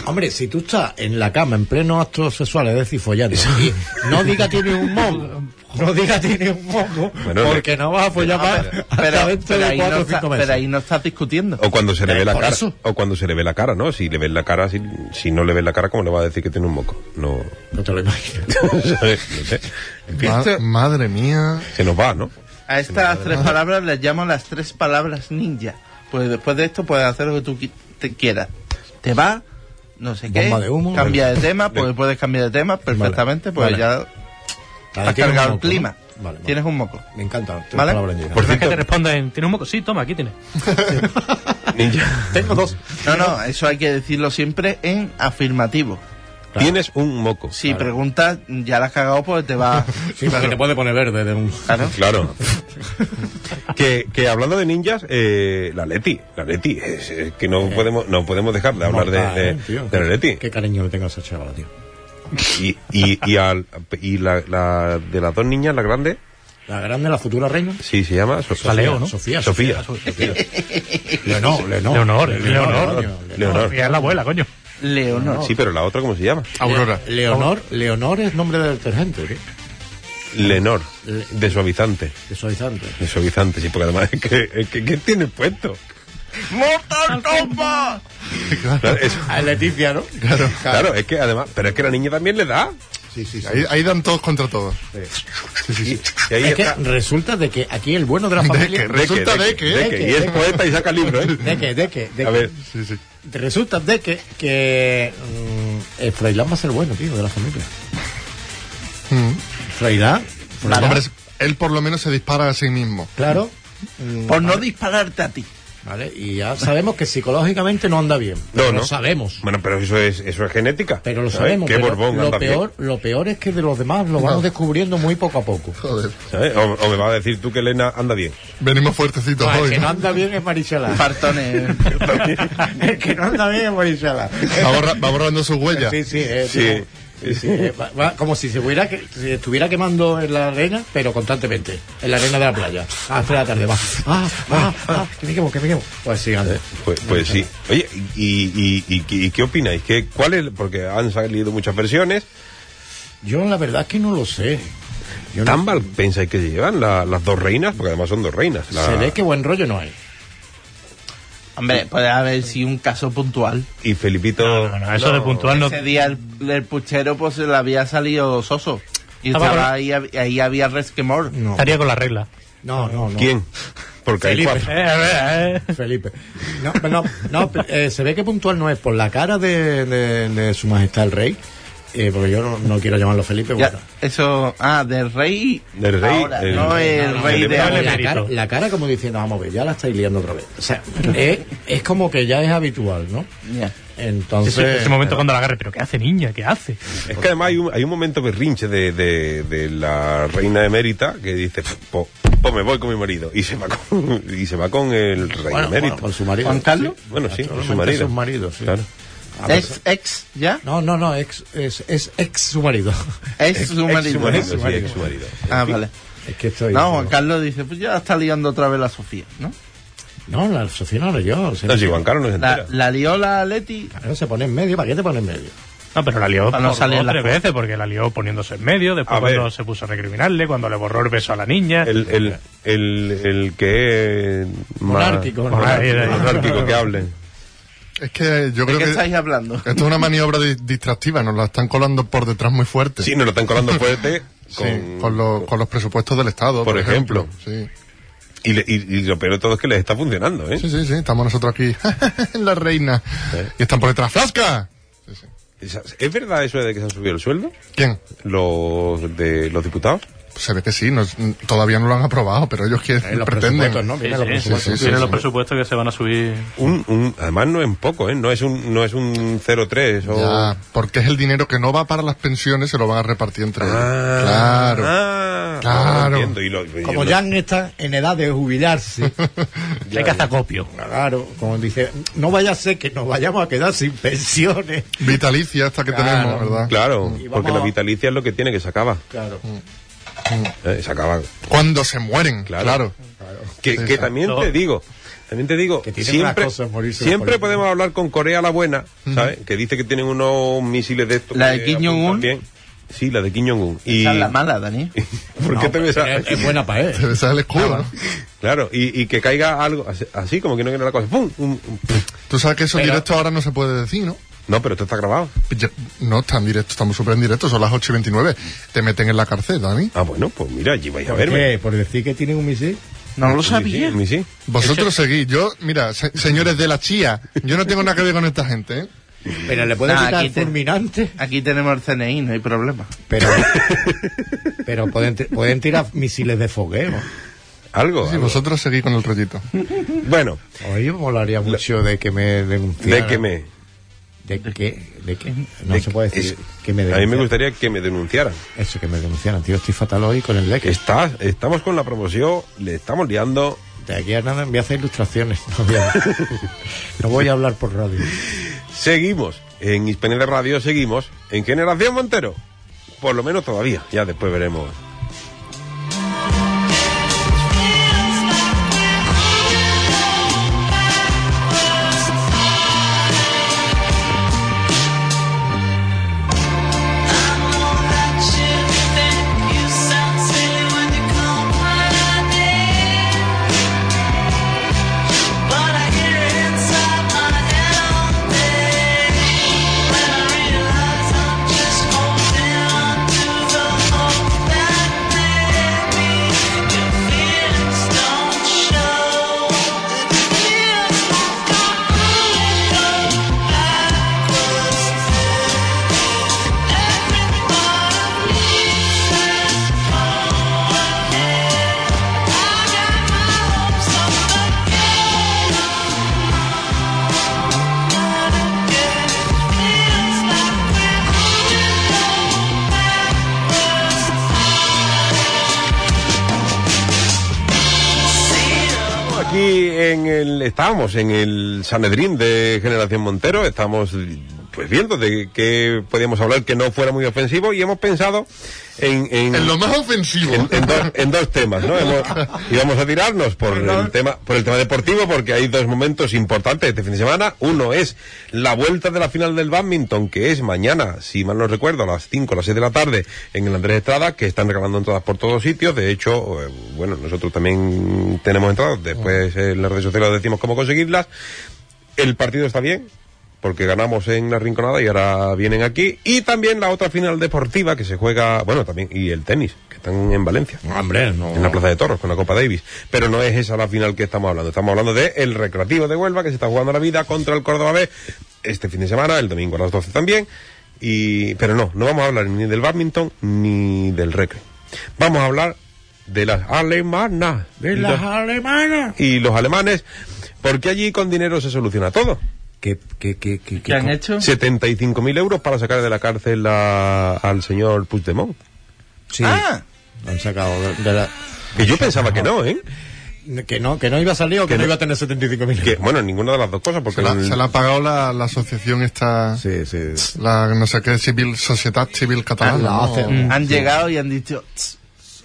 S5: Hombre, si tú estás en la cama en pleno acto sexual, es decir, follando, y no diga tienes un moco. No diga tienes un moco,
S1: Bueno,
S5: porque no vas a follar más
S7: Ah, Pero,
S5: Ah, hasta dentro
S7: pero
S5: de
S7: ahí no
S5: cuatro o
S7: está-
S5: cinco meses.
S7: pero ahí no estás discutiendo.
S1: O cuando se le
S5: Eh,
S1: ve la
S5: por
S1: cara.
S5: eso.
S1: O cuando se le ve la cara, ¿no? Si le ves la cara, si, si no le ves la cara, ¿cómo le vas a decir que tiene un moco? No.
S5: No te lo imaginas.
S1: no sé.
S8: Ma- madre mía.
S1: Se nos va, ¿no?
S7: A estas tres palabras les llamo las tres palabras ninja. Pues después de esto puedes hacer lo que tú qui- te quieras. Te vas, no sé qué.
S5: Bomba de humo.
S7: Cambia de tema, pues puedes cambiar de tema perfectamente, pues
S5: vale.
S7: ya
S5: Vale,
S7: has
S5: tienes un
S7: cargado el
S5: moco, ¿no?
S7: clima.
S5: Vale, vale.
S7: Tienes un moco.
S5: Me encanta.
S7: ¿Vale?
S1: Por
S6: Por que
S1: cierto-
S6: te responden, ¿tienes un moco? Sí, toma, aquí tienes.
S1: Ninja.
S5: Tengo dos.
S7: No, no, eso hay que decirlo siempre en afirmativo.
S1: Tienes un moco.
S7: Si preguntas, ya la has cagado, pues te va.
S5: Sí, porque te puede poner verde de un...
S7: Claro.
S1: Claro. que, que hablando de ninjas, eh, la Leti, la Leti, es, es que no podemos, no podemos dejar de hablar de, de,
S5: Mortal, tío.
S1: de la Leti.
S5: Qué cariño le tengo a esa chavala, tío.
S1: Y, y, y, al- y la, la- de las dos niñas, la grande,
S5: La grande, la futura reina.
S1: sí, se llama So-
S6: La Leo, ¿no?
S5: Sofía.
S1: Sofía.
S5: Leonor, Leonor.
S6: Leonor,
S5: Leonor.
S6: Leonor.
S1: Leonor.
S6: Y es la abuela, coño.
S7: Leonor.
S1: Sí, pero la otra, ¿cómo se llama?
S8: Aurora.
S5: Leonor, Leonor es nombre de detergente, ¿qué?
S1: Lenor, de suavizante.
S5: De suavizante.
S1: De suavizante, sí, porque además, ¿qué, qué, qué tiene puesto?
S7: ¡Mortal Kombat!
S1: Claro, es-
S5: A Leticia, ¿no?
S8: Claro.
S1: claro, es que además, pero es que la niña también le da.
S5: Sí, sí, sí.
S8: Ahí, ahí dan todos contra todos. Sí, sí, sí.
S1: Y ahí
S5: es que
S1: está.
S5: resulta de que aquí el bueno de la
S8: De
S5: familia...
S8: que, resulta de que.
S1: de
S5: que,
S1: y es
S5: de que.
S1: poeta y saca libro, ¿eh?
S5: De que, de que, de
S1: A
S5: que-
S1: ver.
S8: Sí, sí.
S5: Resulta de que, que mm, el Froilán va a ser bueno, tío, de la familia.
S1: Mm.
S5: Froilán, Froilán,
S8: Hombre, él por lo menos se dispara a sí mismo.
S5: claro.
S7: Por no dispararte a ti.
S5: Vale, y ya sabemos que psicológicamente no anda bien.
S1: No, no.
S5: Lo sabemos.
S1: Bueno, pero eso es, eso es genética.
S5: Pero lo
S1: ¿sabes?
S5: sabemos.
S1: Qué
S5: pero
S1: Borbón
S5: lo,
S1: anda bien,
S5: peor, lo peor es que de los demás lo vamos descubriendo muy poco a poco.
S8: Joder.
S1: ¿sabes? O, o me vas a decir tú que Elena anda bien.
S8: Venimos fuertecitos
S5: Ah, el
S8: hoy.
S5: que no
S8: ¿no?
S5: anda bien es Maricela.
S7: Fartones.
S5: el que no anda bien es Maricela.
S8: Va, borra- va borrando sus huellas.
S5: Sí, sí, eh,
S1: Sí.
S5: tipo, sí, sí, eh, va- va como si se hubiera que, si estuviera quemando en la arena, pero constantemente, en la arena de la playa. A las tres de la tarde va. Ah, ah, ah, que me quemo, que me quemo. Pues sí, ande.
S1: Pues, pues sí. Oye, ¿y, y, y- y qué opináis? ¿Qué, ¿Cuál es? Porque han salido muchas versiones.
S5: Yo la verdad es que no lo sé. Yo no-
S1: ¿Tan mal pensáis que llevan la- las dos reinas? Porque además son dos reinas. la-
S5: Se ve que buen rollo no hay.
S7: Hombre, puede haber si un caso puntual.
S1: Y Felipito...
S6: No, no, eso de puntual no.
S7: Ese día el, el puchero pues le había salido soso. Y
S6: Ah,
S7: estaba
S6: bueno.
S7: ahí, ahí había resquemor.
S5: No,
S6: Estaría con la regla.
S5: no, no. no.
S1: ¿Quién? Porque
S5: Felipe.
S1: hay cuatro.
S6: Eh, a ver, eh.
S5: Felipe. No, no, no, eh, se ve que puntual no es por la cara de, de- de su majestad el rey, eh, porque yo no, no quiero llamarlo Felipe.
S7: Ya,
S5: bueno.
S7: Eso, ah, del rey.
S1: Del rey,
S7: Ahora,
S1: el-
S7: no el
S5: No, no,
S7: rey
S5: no,
S7: de
S5: no,
S7: ahora.
S5: la,
S6: emérito.
S5: cara, la cara como diciendo, vamos a ver, ya la estáis liando otra vez. O sea, es, es como que ya es habitual, ¿no?
S7: Ya.
S5: Entonces...
S6: Ese, ese momento cuando la agarre, pero ¿qué hace, niña? ¿Qué hace?
S1: Es que además hay un, hay un momento berrinche de, de, de la reina emérita que dice, pues me voy con mi marido. Y se va con, y se va con el rey
S5: Bueno,
S1: emérito.
S5: bueno, con su marido.
S7: ¿Juan Carlos?
S1: Bueno, sí, con su
S5: Actualmente
S1: marido.
S5: es un marido, sí.
S1: Claro.
S5: A ver,
S7: Ex, ex, ya.
S5: No, no, no, ex- es, es ex su marido.
S7: Ex su
S1: Su
S7: marido.
S1: marido,
S5: su
S1: sí,
S5: marido.
S1: ex marido.
S7: Ah, vale.
S5: Es que estoy...
S7: No, Juan Carlos dice, pues ya está liando otra vez la Sofía, ¿no?
S5: No, la asociación no yo. o sea,
S1: No, si Juan Carlos no se
S7: La,
S1: entera.
S7: la lió la Leti.
S5: claro, se pone en medio, ¿para qué te pone en medio?
S6: No, pero la lió
S7: Para no
S6: por
S7: salir
S6: dos,
S7: la
S6: tres
S7: foto.
S6: veces, porque la lió poniéndose en medio, después
S1: A ver.
S6: cuando se puso a recriminarle, cuando le borró el beso a la niña.
S1: El, el, el, el que es más-
S5: Monárquico, ¿no?
S1: monárquico, monárquico que hable.
S8: Es que yo
S7: ¿De
S8: creo
S7: qué
S8: que.
S7: estáis hablando?
S8: Esto es una maniobra di- distractiva, nos la están colando por detrás muy fuerte.
S1: Sí, nos lo están colando fuerte
S8: Sí,
S1: con,
S8: con, lo- con los presupuestos del Estado.
S1: Por
S8: Por,
S1: ejemplo.
S8: Sí.
S1: y, le- y, y lo peor de todo es que les está funcionando, ¿eh?
S8: sí, sí, sí, estamos nosotros aquí en la reina. Y están por detrás, ¡Flasca! Sí, sí.
S1: ¿Es verdad eso de que se han subido el sueldo?
S8: ¿Quién?
S1: Los de los diputados.
S8: Pues se ve que sí, no es- todavía no lo han aprobado, pero ellos quieren,
S5: En los presupuestos,
S8: pretenden.
S5: ¿no?
S6: Sí,
S5: Mira los
S6: sí,
S5: presupuestos.
S8: sí, sí,
S6: Tiene
S8: sí.
S6: los presupuestos que se van a subir.
S1: Un, un, además no es poco, ¿eh? No es un, no es un 0,3 o...
S8: Ya, porque es el dinero que no va para las pensiones, se lo van a repartir entre ellos. Claro.
S1: Ah,
S8: Claro.
S1: ahora entiendo, y lo- y
S5: Como
S1: lo-
S5: Jan está en edad de jubilarse,
S6: Hay que hacer acopio.
S5: claro, como dice, no vaya a ser que nos vayamos a quedar sin pensiones.
S8: Vitalicia esta que
S5: Claro.
S8: tenemos, ¿verdad?
S1: Claro,
S5: vamos
S1: porque la
S5: a-
S1: vitalicia es lo que tiene, que se acaba.
S5: Claro.
S8: Mm.
S1: Eh, se acaba.
S8: Cuando se mueren,
S1: Claro.
S8: claro.
S1: Que, que también te digo, también te digo,
S5: Que tiene
S1: siempre,
S5: una cosa, morirse de
S1: siempre
S5: política.
S1: podemos hablar con Corea la Buena, ¿sabes? Que dice que tienen unos misiles de estos.
S7: ¿La de
S1: que
S7: Kim
S1: apuntan
S7: Jong-un?
S1: bien. Sí, la de Kim Jong-un. Y...
S7: Esa es la pues, mala, Dani.
S1: ¿Por qué te ves a-
S5: Es, es buena para él.
S8: Se besa el escudo, ¿no?
S1: Claro, y, y que caiga algo así, así, como que no quiere la cosa. ¡Pum! Un- un- pum.
S8: Tú sabes que eso en
S5: Pero-
S8: directo ahora no se puede decir, ¿no?
S1: No, pero esto está grabado.
S8: Ya- no está en directo, estamos súper en directo, son las 8 y 29. Te meten en la cárcel, Dani.
S1: Ah, bueno, pues mira, allí vais a
S5: ¿Por
S1: verme.
S5: qué? ¿Por decir que tienen un misil?
S7: No lo
S1: Sí, sí,
S7: sabía.
S1: a mí sí.
S8: Vosotros seguís. Yo, mira, se- señores de la chía, yo no tengo nada que ver con esta gente, ¿eh?
S5: Pero le pueden
S7: Nah,
S5: quitar
S7: aquí te-
S5: fulminante.
S7: Aquí tenemos el CNI, no hay problema.
S5: Pero, pero pueden, ti- pueden tirar misiles de fogueo.
S1: Algo. algo.
S8: Sí,
S5: pues,
S8: vosotros seguís con el rollito.
S1: Bueno,
S5: Hoy me molaría mucho de que me denunciaran.
S1: de que me.
S5: ¿De qué? ¿De qué? No
S1: de
S5: se puede decir.
S1: es-
S5: que me
S1: a mí me
S5: denunciaran.
S1: gustaría que me denunciaran.
S5: Eso, que me denunciaran. Tío, estoy fatal hoy con el de que.
S1: Estás, estamos con la promoción, le estamos liando.
S5: De aquí a nada voy a hacer ilustraciones. No voy a, no voy a hablar por radio.
S1: Seguimos en Hispanidad Radio, seguimos en Generación Montero. Por lo menos todavía, ya después veremos.
S9: you sound so
S1: en el, estábamos en el Sanedrín de Generación Montero, estamos pues viendo de qué podíamos hablar que no fuera muy ofensivo y hemos pensado en... En,
S8: En lo más ofensivo.
S1: en, en dos, en dos temas, ¿no? y vamos a tirarnos por el tema por el tema deportivo porque hay dos momentos importantes este fin de semana. Uno es la vuelta de la final del badminton que es mañana, si mal no recuerdo, a las 5 a las 6 de la tarde en el Andrés Estrada, que están regalando entradas por todos sitios. De hecho, eh, bueno, nosotros también tenemos entradas, después eh, en las redes sociales decimos cómo conseguirlas. El partido está bien, porque ganamos en la Rinconada y ahora vienen aquí. Y también la otra final deportiva que se juega, bueno, también, y el tenis, que están en Valencia.
S5: Hombre, no.
S1: En la Plaza de Toros, con la Copa Davis. Pero no es esa la final que estamos hablando. Estamos hablando de el Recreativo de Huelva, que se está jugando la vida contra el Córdoba B este fin de semana, el domingo a las 12 también. Y, pero no, no vamos a hablar ni del badminton ni del recre. Vamos a hablar de las alemanas. De las alemanas. Y los alemanes, porque allí con dinero se soluciona todo.
S4: ¿Qué, qué, qué, qué,
S7: ¿Qué han hecho?
S1: 75.000 euros para sacar de la cárcel a- al señor Puigdemont.
S5: Sí.
S7: Ah,
S5: Han sacado de, de la...
S1: Que yo pensaba que no, ¿eh?
S5: Que no, que no iba a salir o
S1: Que
S5: que, no,
S1: no.
S5: iba a tener 75.000 mil.
S1: Que, bueno, ninguna de las dos cosas, porque
S8: Se la,
S1: el-
S8: se la ha pagado la, la asociación esta,
S4: Sí, sí.
S8: la no sé qué, civil, Sociedad Civil Catalana.
S5: la
S8: ¿no?
S5: hacen.
S7: Ah, Mm. han llegado y han dicho, "Tss,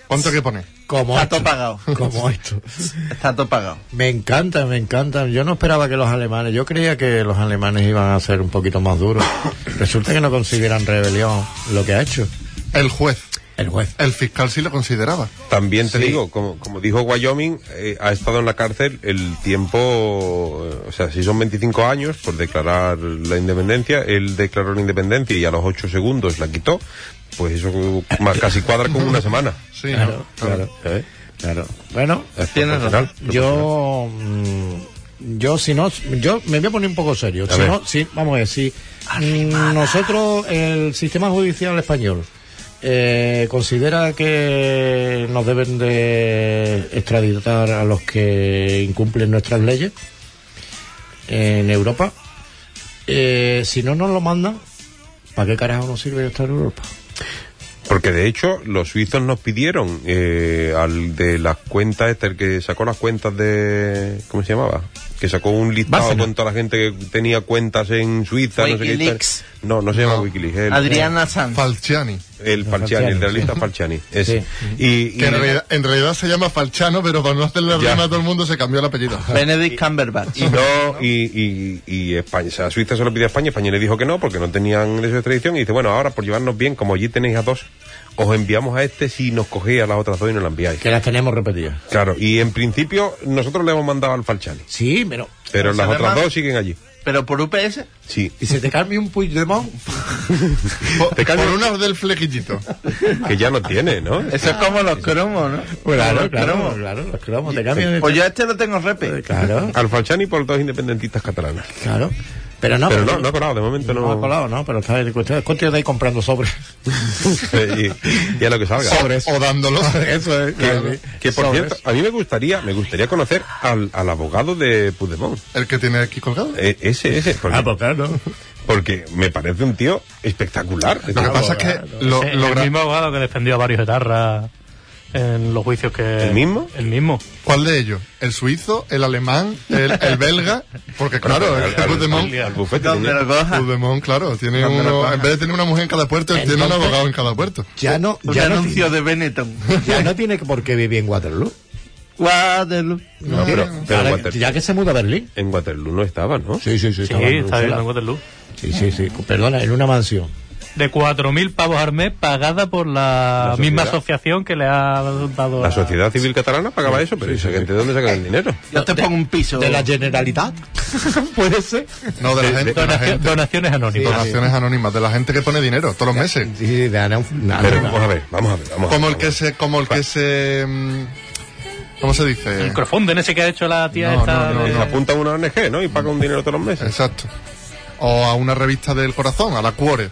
S8: ¿Cuánto que pone?
S5: Como
S7: está
S5: esto.
S7: todo pagado,
S5: Como esto.
S7: está todo pagado.
S5: Me encanta, me encanta. Yo no esperaba que los alemanes, yo creía que los alemanes iban a ser un poquito más duros. Resulta que no consiguieran rebelión lo que ha hecho
S8: El juez.
S5: el juez.
S8: El fiscal sí lo consideraba.
S1: También te
S5: Sí.
S1: digo, como, como dijo Wyoming, eh, ha estado en la cárcel el tiempo, eh, o sea, si son 25 años por declarar la independencia, él declaró la independencia y a los 8 segundos la quitó, pues eso ma- casi cuadra con una semana.
S8: Sí,
S5: Claro,
S8: ¿no?
S5: claro, Eh, claro. Bueno,
S7: Tienes razón.
S5: yo, mm, yo si no, yo me voy a poner un poco serio. Si
S1: ver.
S5: no, si, vamos a ver, si mm, nosotros, el sistema judicial español, eh, considera que nos deben de extraditar a los que incumplen nuestras leyes en Europa, eh, si no nos lo mandan, ¿para qué carajo nos sirve estar en Europa?
S1: Porque de hecho, los suizos nos pidieron eh, al de las cuentas, este, el que sacó las cuentas de. ¿Cómo se llamaba? Que sacó un listado
S5: Bárcena.
S1: con toda la gente que tenía cuentas en Suiza. no sé qué
S7: Wikileaks.
S1: tal. No, no, se llama Wikileaks. el-
S7: Adriana Sanz.
S8: Falciani.
S1: El Falciani, el de la lista Falciani. ese. Y, y-
S8: Que en realidad, en realidad se llama Falchano, pero para no hacerle
S1: Ya.
S8: rima a todo el mundo se cambió el apellido.
S7: Benedict Cumberbatch.
S1: y no, y, y- y España, o sea, Suiza se lo pidió a España, España le dijo que no, porque no tenían derecho de extradición, y dice, bueno, ahora por llevarnos bien, como allí tenéis a dos, os enviamos a este si nos cogéis a las otras dos y nos las enviáis.
S5: Que las tenemos repetidas.
S1: Claro, y en principio nosotros le hemos mandado al Falciani,
S5: Sí, pero
S1: pero
S7: O sea,
S1: las otras
S7: además-
S1: dos siguen allí.
S7: Pero por UPS,
S1: Sí,
S5: Y se te cambia un Puigdemont.
S8: Por,
S1: Te cambio-
S8: por una del flequillito.
S1: que ya no tiene, ¿no?
S7: eso es como los cromos, ¿no?
S5: Claro, claro,
S7: cromos.
S5: claro. Los cromos te cambian. el-
S7: Pues yo a este lo tengo en repe.
S5: Claro,
S1: Al Falciani por dos independentistas catalanas.
S5: claro. Pero no,
S1: Pero
S5: pero-
S1: no, no ha colado, de momento
S5: no ha
S1: no.
S5: colado, no, pero está en cuestión. ¿Cuánto ahí comprando sobres?
S1: Eh, y, y a lo que salga.
S8: O, o dándolo. Eso es.
S1: Que, que, por
S5: Sobres.
S1: cierto, a mí me gustaría, me gustaría conocer al, al abogado de Puigdemont.
S8: El que tiene aquí colgado.
S1: E- ese, ese. Porque,
S5: Ah, pues claro.
S1: porque me parece un tío espectacular.
S8: Lo que pasa es que lo,
S6: Ese-
S8: lo
S6: el
S8: gra-
S6: mismo abogado que defendió a varios etarras en los juicios que...
S1: ¿El mismo? Ah,
S6: El mismo.
S8: ¿Cuál de ellos? ¿El suizo? ¿El alemán? ¿El, el belga? Porque claro,
S1: Al-
S8: el,
S1: al-
S8: Puigdemont,
S1: al- al bufete
S7: Donde
S1: tenía-
S7: lo coja.
S8: Puigdemont, claro, tiene
S7: Donde lo
S8: uno,
S7: coja.
S8: en vez de tener una mujer en cada puerto, él tiene un
S5: Entonces-
S8: abogado en cada puerto.
S5: Ya no,
S7: Un
S5: ya no,
S7: anuncio de Benetton.
S5: ya no tiene por qué vivir en Waterloo.
S7: Guadalupe.
S1: No, pero, pero en,
S5: Ahora,
S1: Water-
S5: ya que se muda a Berlín.
S1: en Waterloo no estaba, ¿no?
S5: Sí, sí, sí.
S6: Sí,
S5: estaba en
S6: está viviendo en
S5: Bruselas.
S6: Waterloo.
S5: Sí, sí, sí. Perdona, en una mansión.
S6: De 4.000 pavos al mes pagada por la,
S1: La
S6: misma
S1: sociedad.
S6: asociación que le ha dado
S1: La sociedad civil catalana pagaba eso, pero esa gente, ¿de dónde sacan el dinero?
S7: Yo te pongo un piso.
S5: ¿De la Generalitat? Puede ser.
S8: No, de la gente, de la
S6: Donaci-
S8: gente.
S6: donaciones anónimas.
S8: Donaciones anónimas, de la gente que pone dinero todos los meses.
S5: Sí, sí, de Ana. Ana-
S1: Pero vamos a ver, vamos a ver, vamos a ver.
S8: Como el que
S1: vamos
S8: se, como el que se, mm, ¿cómo se
S6: El
S8: dice?
S6: crowdfunding ese que ha hecho la tía
S8: No,
S6: esta.
S8: no, no,
S1: a
S6: de-
S1: ver. Se apunta a una ONG, ¿no? Y paga un dinero todos los meses.
S8: Exacto. O a una revista del corazón, a la Cuore.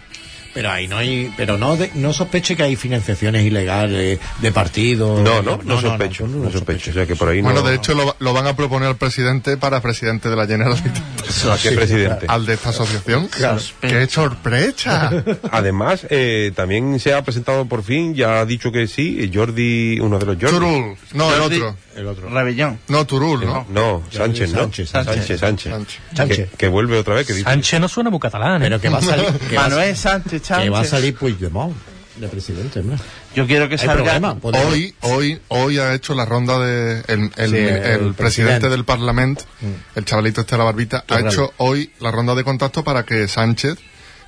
S5: Pero ahí no hay, pero no, de- no sospeche que hay financiaciones ilegales de partidos.
S1: No, no, no sospecho,
S5: tú
S1: no sospecho. O sea que por ahí no.
S8: Bueno, de hecho lo, lo van a proponer al presidente para presidente de la Generalitat.
S1: ¿A qué presidente?
S8: Al de esta asociación. ¡Qué sorpresa!
S1: Además, eh, también se ha presentado por fin, ya ha dicho que sí, eh, Jordi, uno de los Jordi.
S8: Turul. No, el
S7: Jordi-
S8: otro.
S5: El otro.
S7: Rebellón.
S8: No, Turul, ¿no?
S1: No, Sánchez, ¿no?
S5: Sánchez,
S1: Sánchez. Sánchez.
S8: Sánchez.
S5: Sánchez.
S1: Que, que vuelve otra vez, que dice.
S6: Sánchez no suena muy catalán, ¿eh?
S5: Pero que va a salir. Que va a-
S7: Manuel Sánchez Sánchez.
S5: que va a salir Puigdemont de presidente, hombre.
S7: Yo quiero que
S5: Hay
S7: salga.
S5: problema. podemos-
S8: Hoy, hoy, hoy ha hecho la ronda de el, el-
S5: Sí,
S8: el
S5: el
S8: presidente,
S5: presidente.
S8: del Parlamento, el chavalito este de la barbita, ha
S5: Torralba.
S8: hecho hoy la ronda de contacto para que Sánchez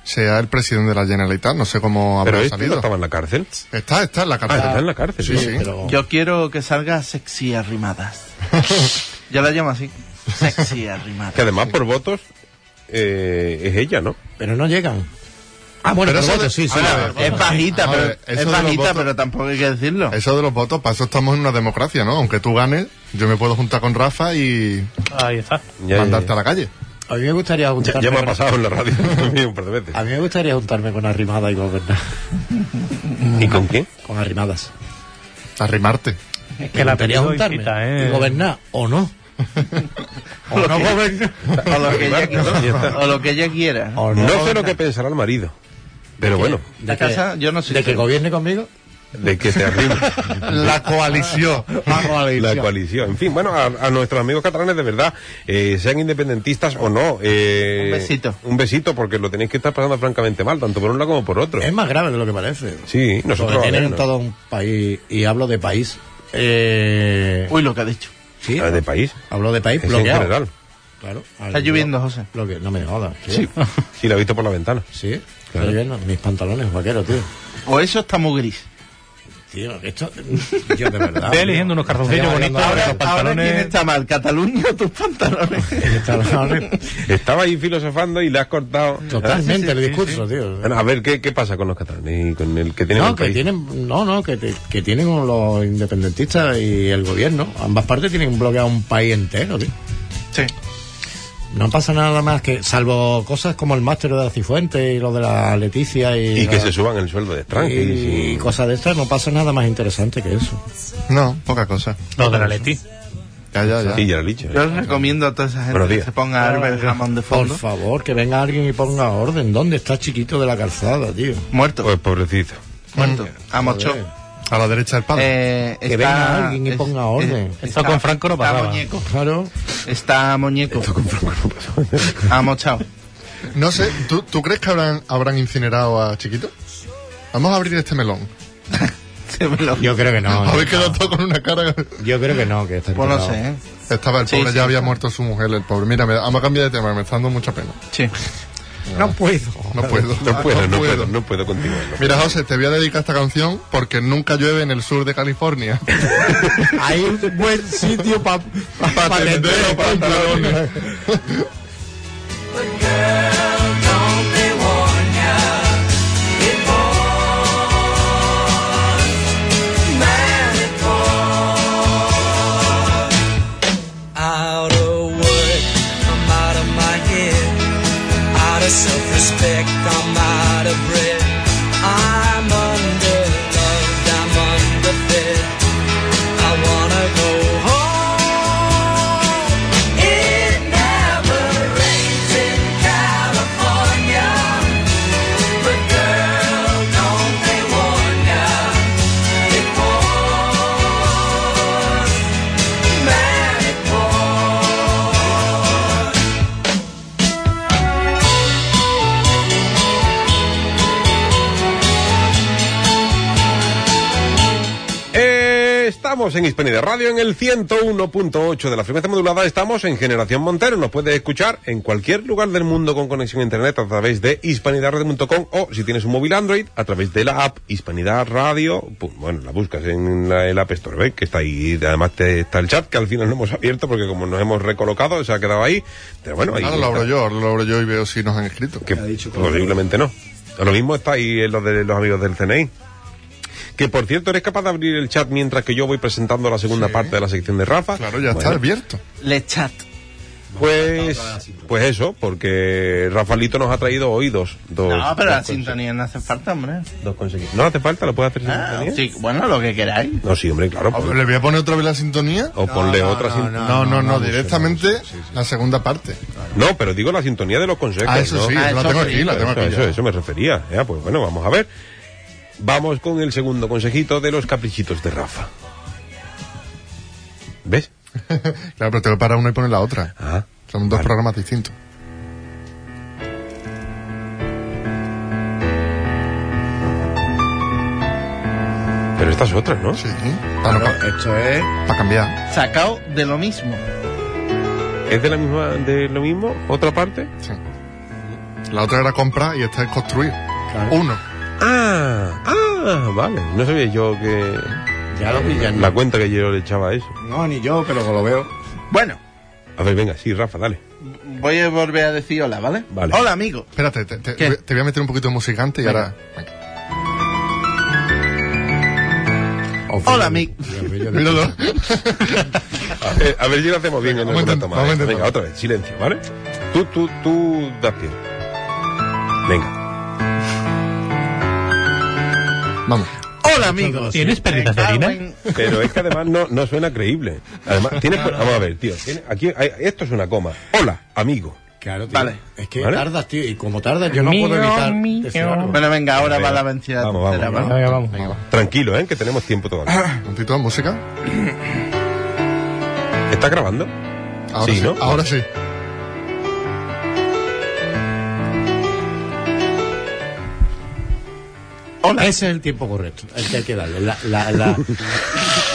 S8: sea el presidente de la Generalitat. No sé cómo
S1: Pero
S8: habrá
S1: este no
S8: salido.
S1: estaba en la cárcel.
S8: Está, está en la
S1: Ah,
S8: cárcel.
S1: está en la cárcel.
S8: Sí,
S1: ¿no?
S8: sí.
S5: Pero-
S7: Yo quiero que salga sexy arrimadas. Yo la llamo así. Sexy arrimadas.
S1: Que además por votos eh, es ella, ¿no?
S5: Pero no llegan. Ah, bueno, pero
S8: Pero eso
S5: voto,
S8: de-
S5: sí, sí.
S8: Ahora,
S5: claro.
S7: Es bajita,
S8: A ver,
S7: pero,
S8: Ah, eso
S7: es
S8: de los
S7: bajita
S8: votos-
S7: pero tampoco hay que decirlo.
S8: Eso de los votos, para eso estamos en una democracia, ¿no? Aunque tú ganes, yo me puedo juntar con Rafa y
S6: Ahí está.
S1: Ya,
S8: mandarte
S1: ya,
S8: a la calle.
S5: A mí me gustaría
S1: ya.
S5: juntarme.
S1: Ya me ha
S5: con-
S1: pasado en la radio también un par de veces.
S5: A mí me gustaría juntarme con Arrimada y gobernar.
S1: ¿Y con quién?
S5: Con Arrimadas.
S8: Arrimarte.
S6: Es que
S5: Me
S6: la
S5: gustaría
S6: película ¿eh?
S5: juntarme y gobernar o no. o no gobernar.
S7: O lo, que ella,
S1: Ya está.
S7: o lo que ella quiera.
S5: O
S1: No sé
S5: gobernar.
S1: lo que pensará el marido. Pero bueno,
S5: De
S7: La
S5: que-
S7: casa, yo no sé.
S5: de que gobierne conmigo.
S1: de que se arrime
S8: La coalición.
S1: la coalición. En fin, bueno, a, a nuestros amigos catalanes, de verdad, eh, sean independentistas o no. eh,
S7: Un besito.
S1: Un besito, porque lo tenéis que estar pasando francamente mal, tanto por un lado como por otro.
S5: Es más grave de lo que parece.
S1: Sí, nosotros.
S5: Eh, Porque
S1: a ver,
S5: tienen
S1: ¿no?
S5: todo un país, y hablo de país. Eh,
S7: Uy, lo que ha dicho.
S5: sí,
S1: Ah, de país.
S5: hablo de país
S1: Es en
S5: bloqueado.
S1: general.
S5: Claro,
S7: Está lloviendo, José.
S5: Lo que, no me jodas.
S1: Sí.
S5: Sí.
S1: Sí, lo he visto por la ventana.
S5: Sí, está lloviendo. Mis pantalones vaqueros, tío.
S7: O eso está muy gris.
S5: Tío, esto. Yo de verdad.
S6: Ve eligiendo
S5: tío.
S6: unos calzoncillos
S5: Estaría
S6: bonitos.
S5: bailando
S6: Ahora-
S5: esos
S7: Ahora, ¿quién
S6: pantalones-
S7: está mal? ¿Cataluña o tus pantalones?
S5: pantalones.
S1: Estaba ahí filosofando y le has cortado.
S5: Totalmente el discurso, tío.
S1: Bueno, a ver, ¿qué, qué pasa con los catalanes y con el que tienen
S5: No,
S1: el
S5: que
S1: país?
S5: tienen, no, no, que, te- que tienen los independentistas y el gobierno. Ambas partes tienen bloqueado un país entero, tío.
S7: Sí.
S5: No pasa nada más que, salvo cosas como el máster de la Cifuente y lo de la Leticia y,
S1: Y que
S5: la-
S1: se suban el sueldo de
S5: y,
S1: extranjero. y-
S5: cosas de estas, no pasa nada más interesante que eso.
S8: No, poca cosa.
S6: Los de la Leti.
S8: Ya, ya, ya.
S1: Sí, ya lo he dicho.
S7: Yo les recomiendo a toda esa gente
S1: Buenos
S7: que
S1: días.
S7: se ponga Albert Hammond de
S5: Por
S7: fondo.
S5: favor, que venga alguien y ponga orden. ¿Dónde está chiquito de la calzada, tío?
S7: Muerto,
S1: Pues pobrecito.
S7: muerto. Eh, A mocho.
S5: Joder.
S8: A la derecha del palo.
S7: Eh,
S5: Que venga alguien y
S7: es-
S5: ponga
S7: es-
S5: orden.
S6: Esto con Franco no
S7: Está
S6: pasaba.
S7: muñeco.
S5: Claro.
S7: Está muñeco. Ha mochado.
S8: No sé, ¿tú, tú crees que habrán, habrán incinerado a Chiquito? Vamos a abrir este melón.
S7: Se me lo-
S5: Yo creo que no.
S8: Habéis quedado todo con una cara.
S5: Yo creo que no, que está
S7: Pues no
S5: enterrado.
S7: sé, ¿eh?
S8: Estaba el
S7: Sí,
S8: pobre,
S7: sí,
S8: ya había muerto su mujer, el pobre. Mira, me, vamos a cambiar de tema, me está dando mucha pena.
S7: Sí.
S5: No puedo.
S8: Ah, No puedo.
S1: No puedo, no puedo, no puedo continuar. no.
S8: Mira, José, te voy a dedicar esta canción porque nunca llueve en el sur de California.
S5: Hay un buen sitio para
S8: Pa' tender los pantalones.
S3: Out of work, I'm out of my head. Out of self respect, I'm out of bread. I'm underloved, I'm underfed. I wanna go home. It never rains in California. But girl, don't they warn ya? It pours. Man, it pours.
S1: Eh, estamos en Hispanidad Radio en el 101.8 de la frecuencia modulada. Estamos en Generación Montero. Nos puedes escuchar en cualquier lugar del mundo con conexión a internet a través de hispanidadradio.com o si tienes un móvil Android a través de la app Hispanidad Radio. Pum, bueno, la buscas en la, el App Store, ¿ves? que está ahí. Además te- está el chat que al final no hemos abierto porque como nos hemos recolocado se ha quedado ahí. Pero bueno, ahí
S8: Ahora lo
S1: está.
S8: abro yo, ahora lo abro yo y veo si nos han escrito.
S1: Que posiblemente no. Lo mismo está ahí en los de los amigos del CNI. Que por cierto, ¿eres capaz de abrir el chat mientras que yo voy presentando la segunda parte de la sección de Rafa?
S8: Claro, ya está
S1: Bueno,
S8: abierto.
S7: Le chat.
S1: Pues, pues eso, porque Rafaelito nos ha traído hoy dos. dos
S7: No, pero
S1: dos
S7: la sintonía no hace falta, hombre.
S1: Dos conseguidos. No hace falta, lo puedes hacer sin
S7: Ah,
S1: sintonía.
S7: sí, bueno, lo que queráis.
S1: No, sí, hombre, claro.
S8: Ah,
S1: pues-
S8: ¿Le voy a poner otra vez la sintonía?
S1: o ponle otra sintonía.
S8: No, no, no, directamente la segunda parte.
S1: No, pero digo la sintonía de los consejos.
S8: Ah, eso
S1: ¿no?
S8: sí,
S7: Ah,
S8: yo la
S7: eso
S8: tengo
S7: sí.
S8: aquí, la
S1: Eso,
S8: tengo aquí.
S1: eso,
S8: ya.
S1: eso me refería. Ya, pues bueno, vamos a ver. Vamos con el segundo consejito de los caprichitos de Rafa. ¿Ves?
S8: Claro, pero te lo para una y pones la otra.
S1: Ah.
S8: Son dos programas distintos.
S1: Pero estas otras, ¿no?
S8: Sí. Para,
S7: Esto es
S8: pues, cambiar.
S7: sacado de lo mismo.
S1: ¿Es de la misma, de lo mismo? ¿Otra parte?
S8: Sí. La otra era comprar y esta es construir. Uno.
S1: Ah, ah, vale. No sabía yo que.
S5: Ya lo pillan.
S1: La cuenta que yo le echaba a eso.
S4: No, ni yo, pero lo veo.
S7: Bueno,
S1: A ver, venga, sí, Rafa, dale.
S7: voy a volver a decir hola, ¿vale?
S1: Vale.
S7: Hola, amigo.
S8: Espérate, te, te-
S7: ¿Qué?
S8: te voy a meter un poquito de musicante y
S7: Venga.
S8: ahora. venga.
S7: Hola, amigo.
S8: Míralo.
S1: A ver, a ver si lo hacemos bien en
S8: Vamos a
S1: alguna toma.
S8: intentar,
S1: Venga,
S8: vamos a
S1: ¿eh? venga,
S8: intentar.
S1: otra vez, silencio, ¿vale? Tú, tú, tú das pie. Venga.
S8: Vamos.
S7: Hola, amigo.
S6: ¿Tienes perditas de harina?
S1: Pero es que además no, no suena creíble. Además, tienes. Vamos a ver, tío. tiene- aquí, hay- esto es una coma. Hola, amigo.
S9: Claro, tío.
S7: Vale.
S9: Es que
S1: ¿Vale?
S9: tardas, tío, y como tardas, yo no
S6: Mío,
S9: puedo evitar.
S6: mío.
S9: decirlo.
S7: Bueno, venga, ahora va la vencida.
S1: Vamos, vamos,
S7: tercera,
S1: vamos.
S7: ¿vale?
S6: Venga, vamos.
S1: Tranquilo, ¿eh? Que tenemos tiempo todavía.
S8: Un poquito de música. Ah.
S1: ¿Estás grabando?
S8: Ahora
S1: Sí,
S8: sí,
S1: ¿no?
S8: ahora sí.
S9: Ese es el tiempo correcto, el que hay que darle. La, la- la-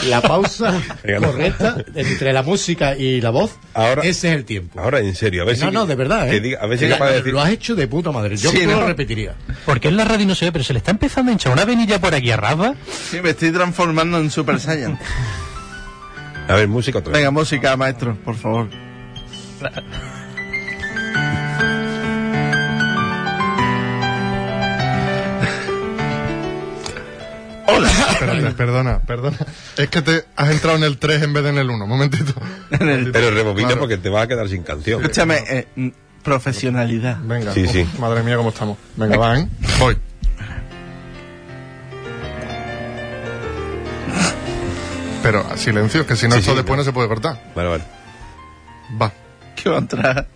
S9: la pausa
S1: Venga, no.
S9: correcta entre la música y la voz,
S1: Ahora-
S9: ese es el tiempo.
S1: Ahora, en serio, a ver si.
S9: no, no, de verdad,
S1: que
S9: ¿eh?
S1: diga- a ver si es
S9: Mira,
S1: capaz de decir.
S9: Lo has hecho de puta madre. Yo
S7: Sí,
S9: no
S7: ¿no?
S9: lo repetiría.
S6: Porque en la radio no se ve, pero se le está empezando a hinchar una venilla por aquí a Rafa.
S7: Sí, me estoy transformando en Super Saiyan.
S1: A ver, música otra vez.
S7: Venga, música, maestro, por favor. Hola.
S8: Espérate, perdona, perdona. Es que te has entrado en el 3 en vez de en el 1. Momentito.
S7: En el-
S1: Pero rebobina
S8: Claro.
S1: porque te vas a quedar sin canción.
S7: Escúchame, eh, mm, profesionalidad.
S8: Venga.
S1: Sí,
S8: Uf,
S1: sí.
S8: Madre mía, cómo estamos. Venga, va, ¿eh? Voy. Pero ah, silencio, que si no,
S1: Sí,
S8: esto
S1: sí,
S8: después
S1: no.
S8: no se puede cortar.
S1: Vale, vale.
S8: Va.
S7: ¿Qué otra?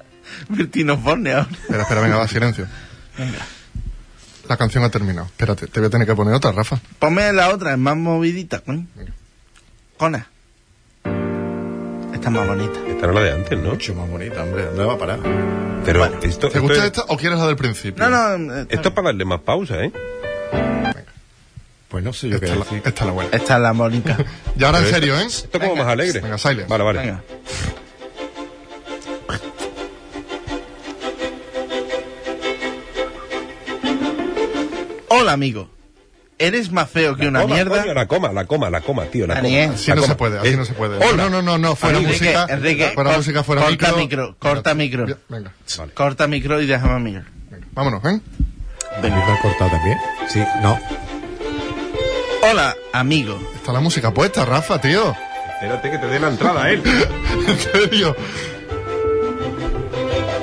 S7: Bertino Borne ahora.
S8: Espera, espera, venga, va, silencio. La canción ha terminado. Espérate, te voy a tener que poner otra, Rafa.
S7: Ponme la otra, es más movidita, coño. Cona. Esta es más bonita.
S1: Esta no es la de antes, ¿no?
S9: Mucho más bonita, hombre. ¿Dónde va a parar?
S1: Pero esto.
S8: ¿Te
S1: esto
S8: gusta
S1: es-
S8: esta o quieres la del principio?
S7: No, no. eh,
S1: Esto es para darle más pausa, ¿eh?
S9: Pues no sé yo
S8: Esta
S9: qué
S8: es la,
S9: decir.
S8: esta es la buena.
S7: Esta es la bonita.
S8: Y ahora en serio, ¿eh?
S1: Esto como
S7: Venga.
S1: más alegre.
S8: Venga, silence.
S1: Vale, vale.
S7: Venga. Hola, amigo. Eres más feo que una
S1: Coma,
S7: mierda.
S1: coño, la coma, la coma, la coma, tío, la coma.
S7: Daniel.
S8: Ah, Así
S1: La
S8: no
S1: coma.
S8: se puede, así
S1: Eh,
S8: no se puede.
S1: Hola.
S8: No, no, no, no, fuera
S7: Enrique,
S8: música.
S7: Enrique,
S8: fuera
S7: cor-
S8: música, fuera
S7: corta
S8: micro.
S7: micro, corta micro.
S8: Bien, Venga,
S1: Vale.
S7: Corta micro y déjame a mí.
S8: venga, vámonos, ¿eh?
S9: ¿Debí haber cortado también? Sí, no.
S7: Hola, amigo.
S8: Está la música puesta, Rafa, tío.
S1: Espérate que te dé la entrada a él.
S8: En serio.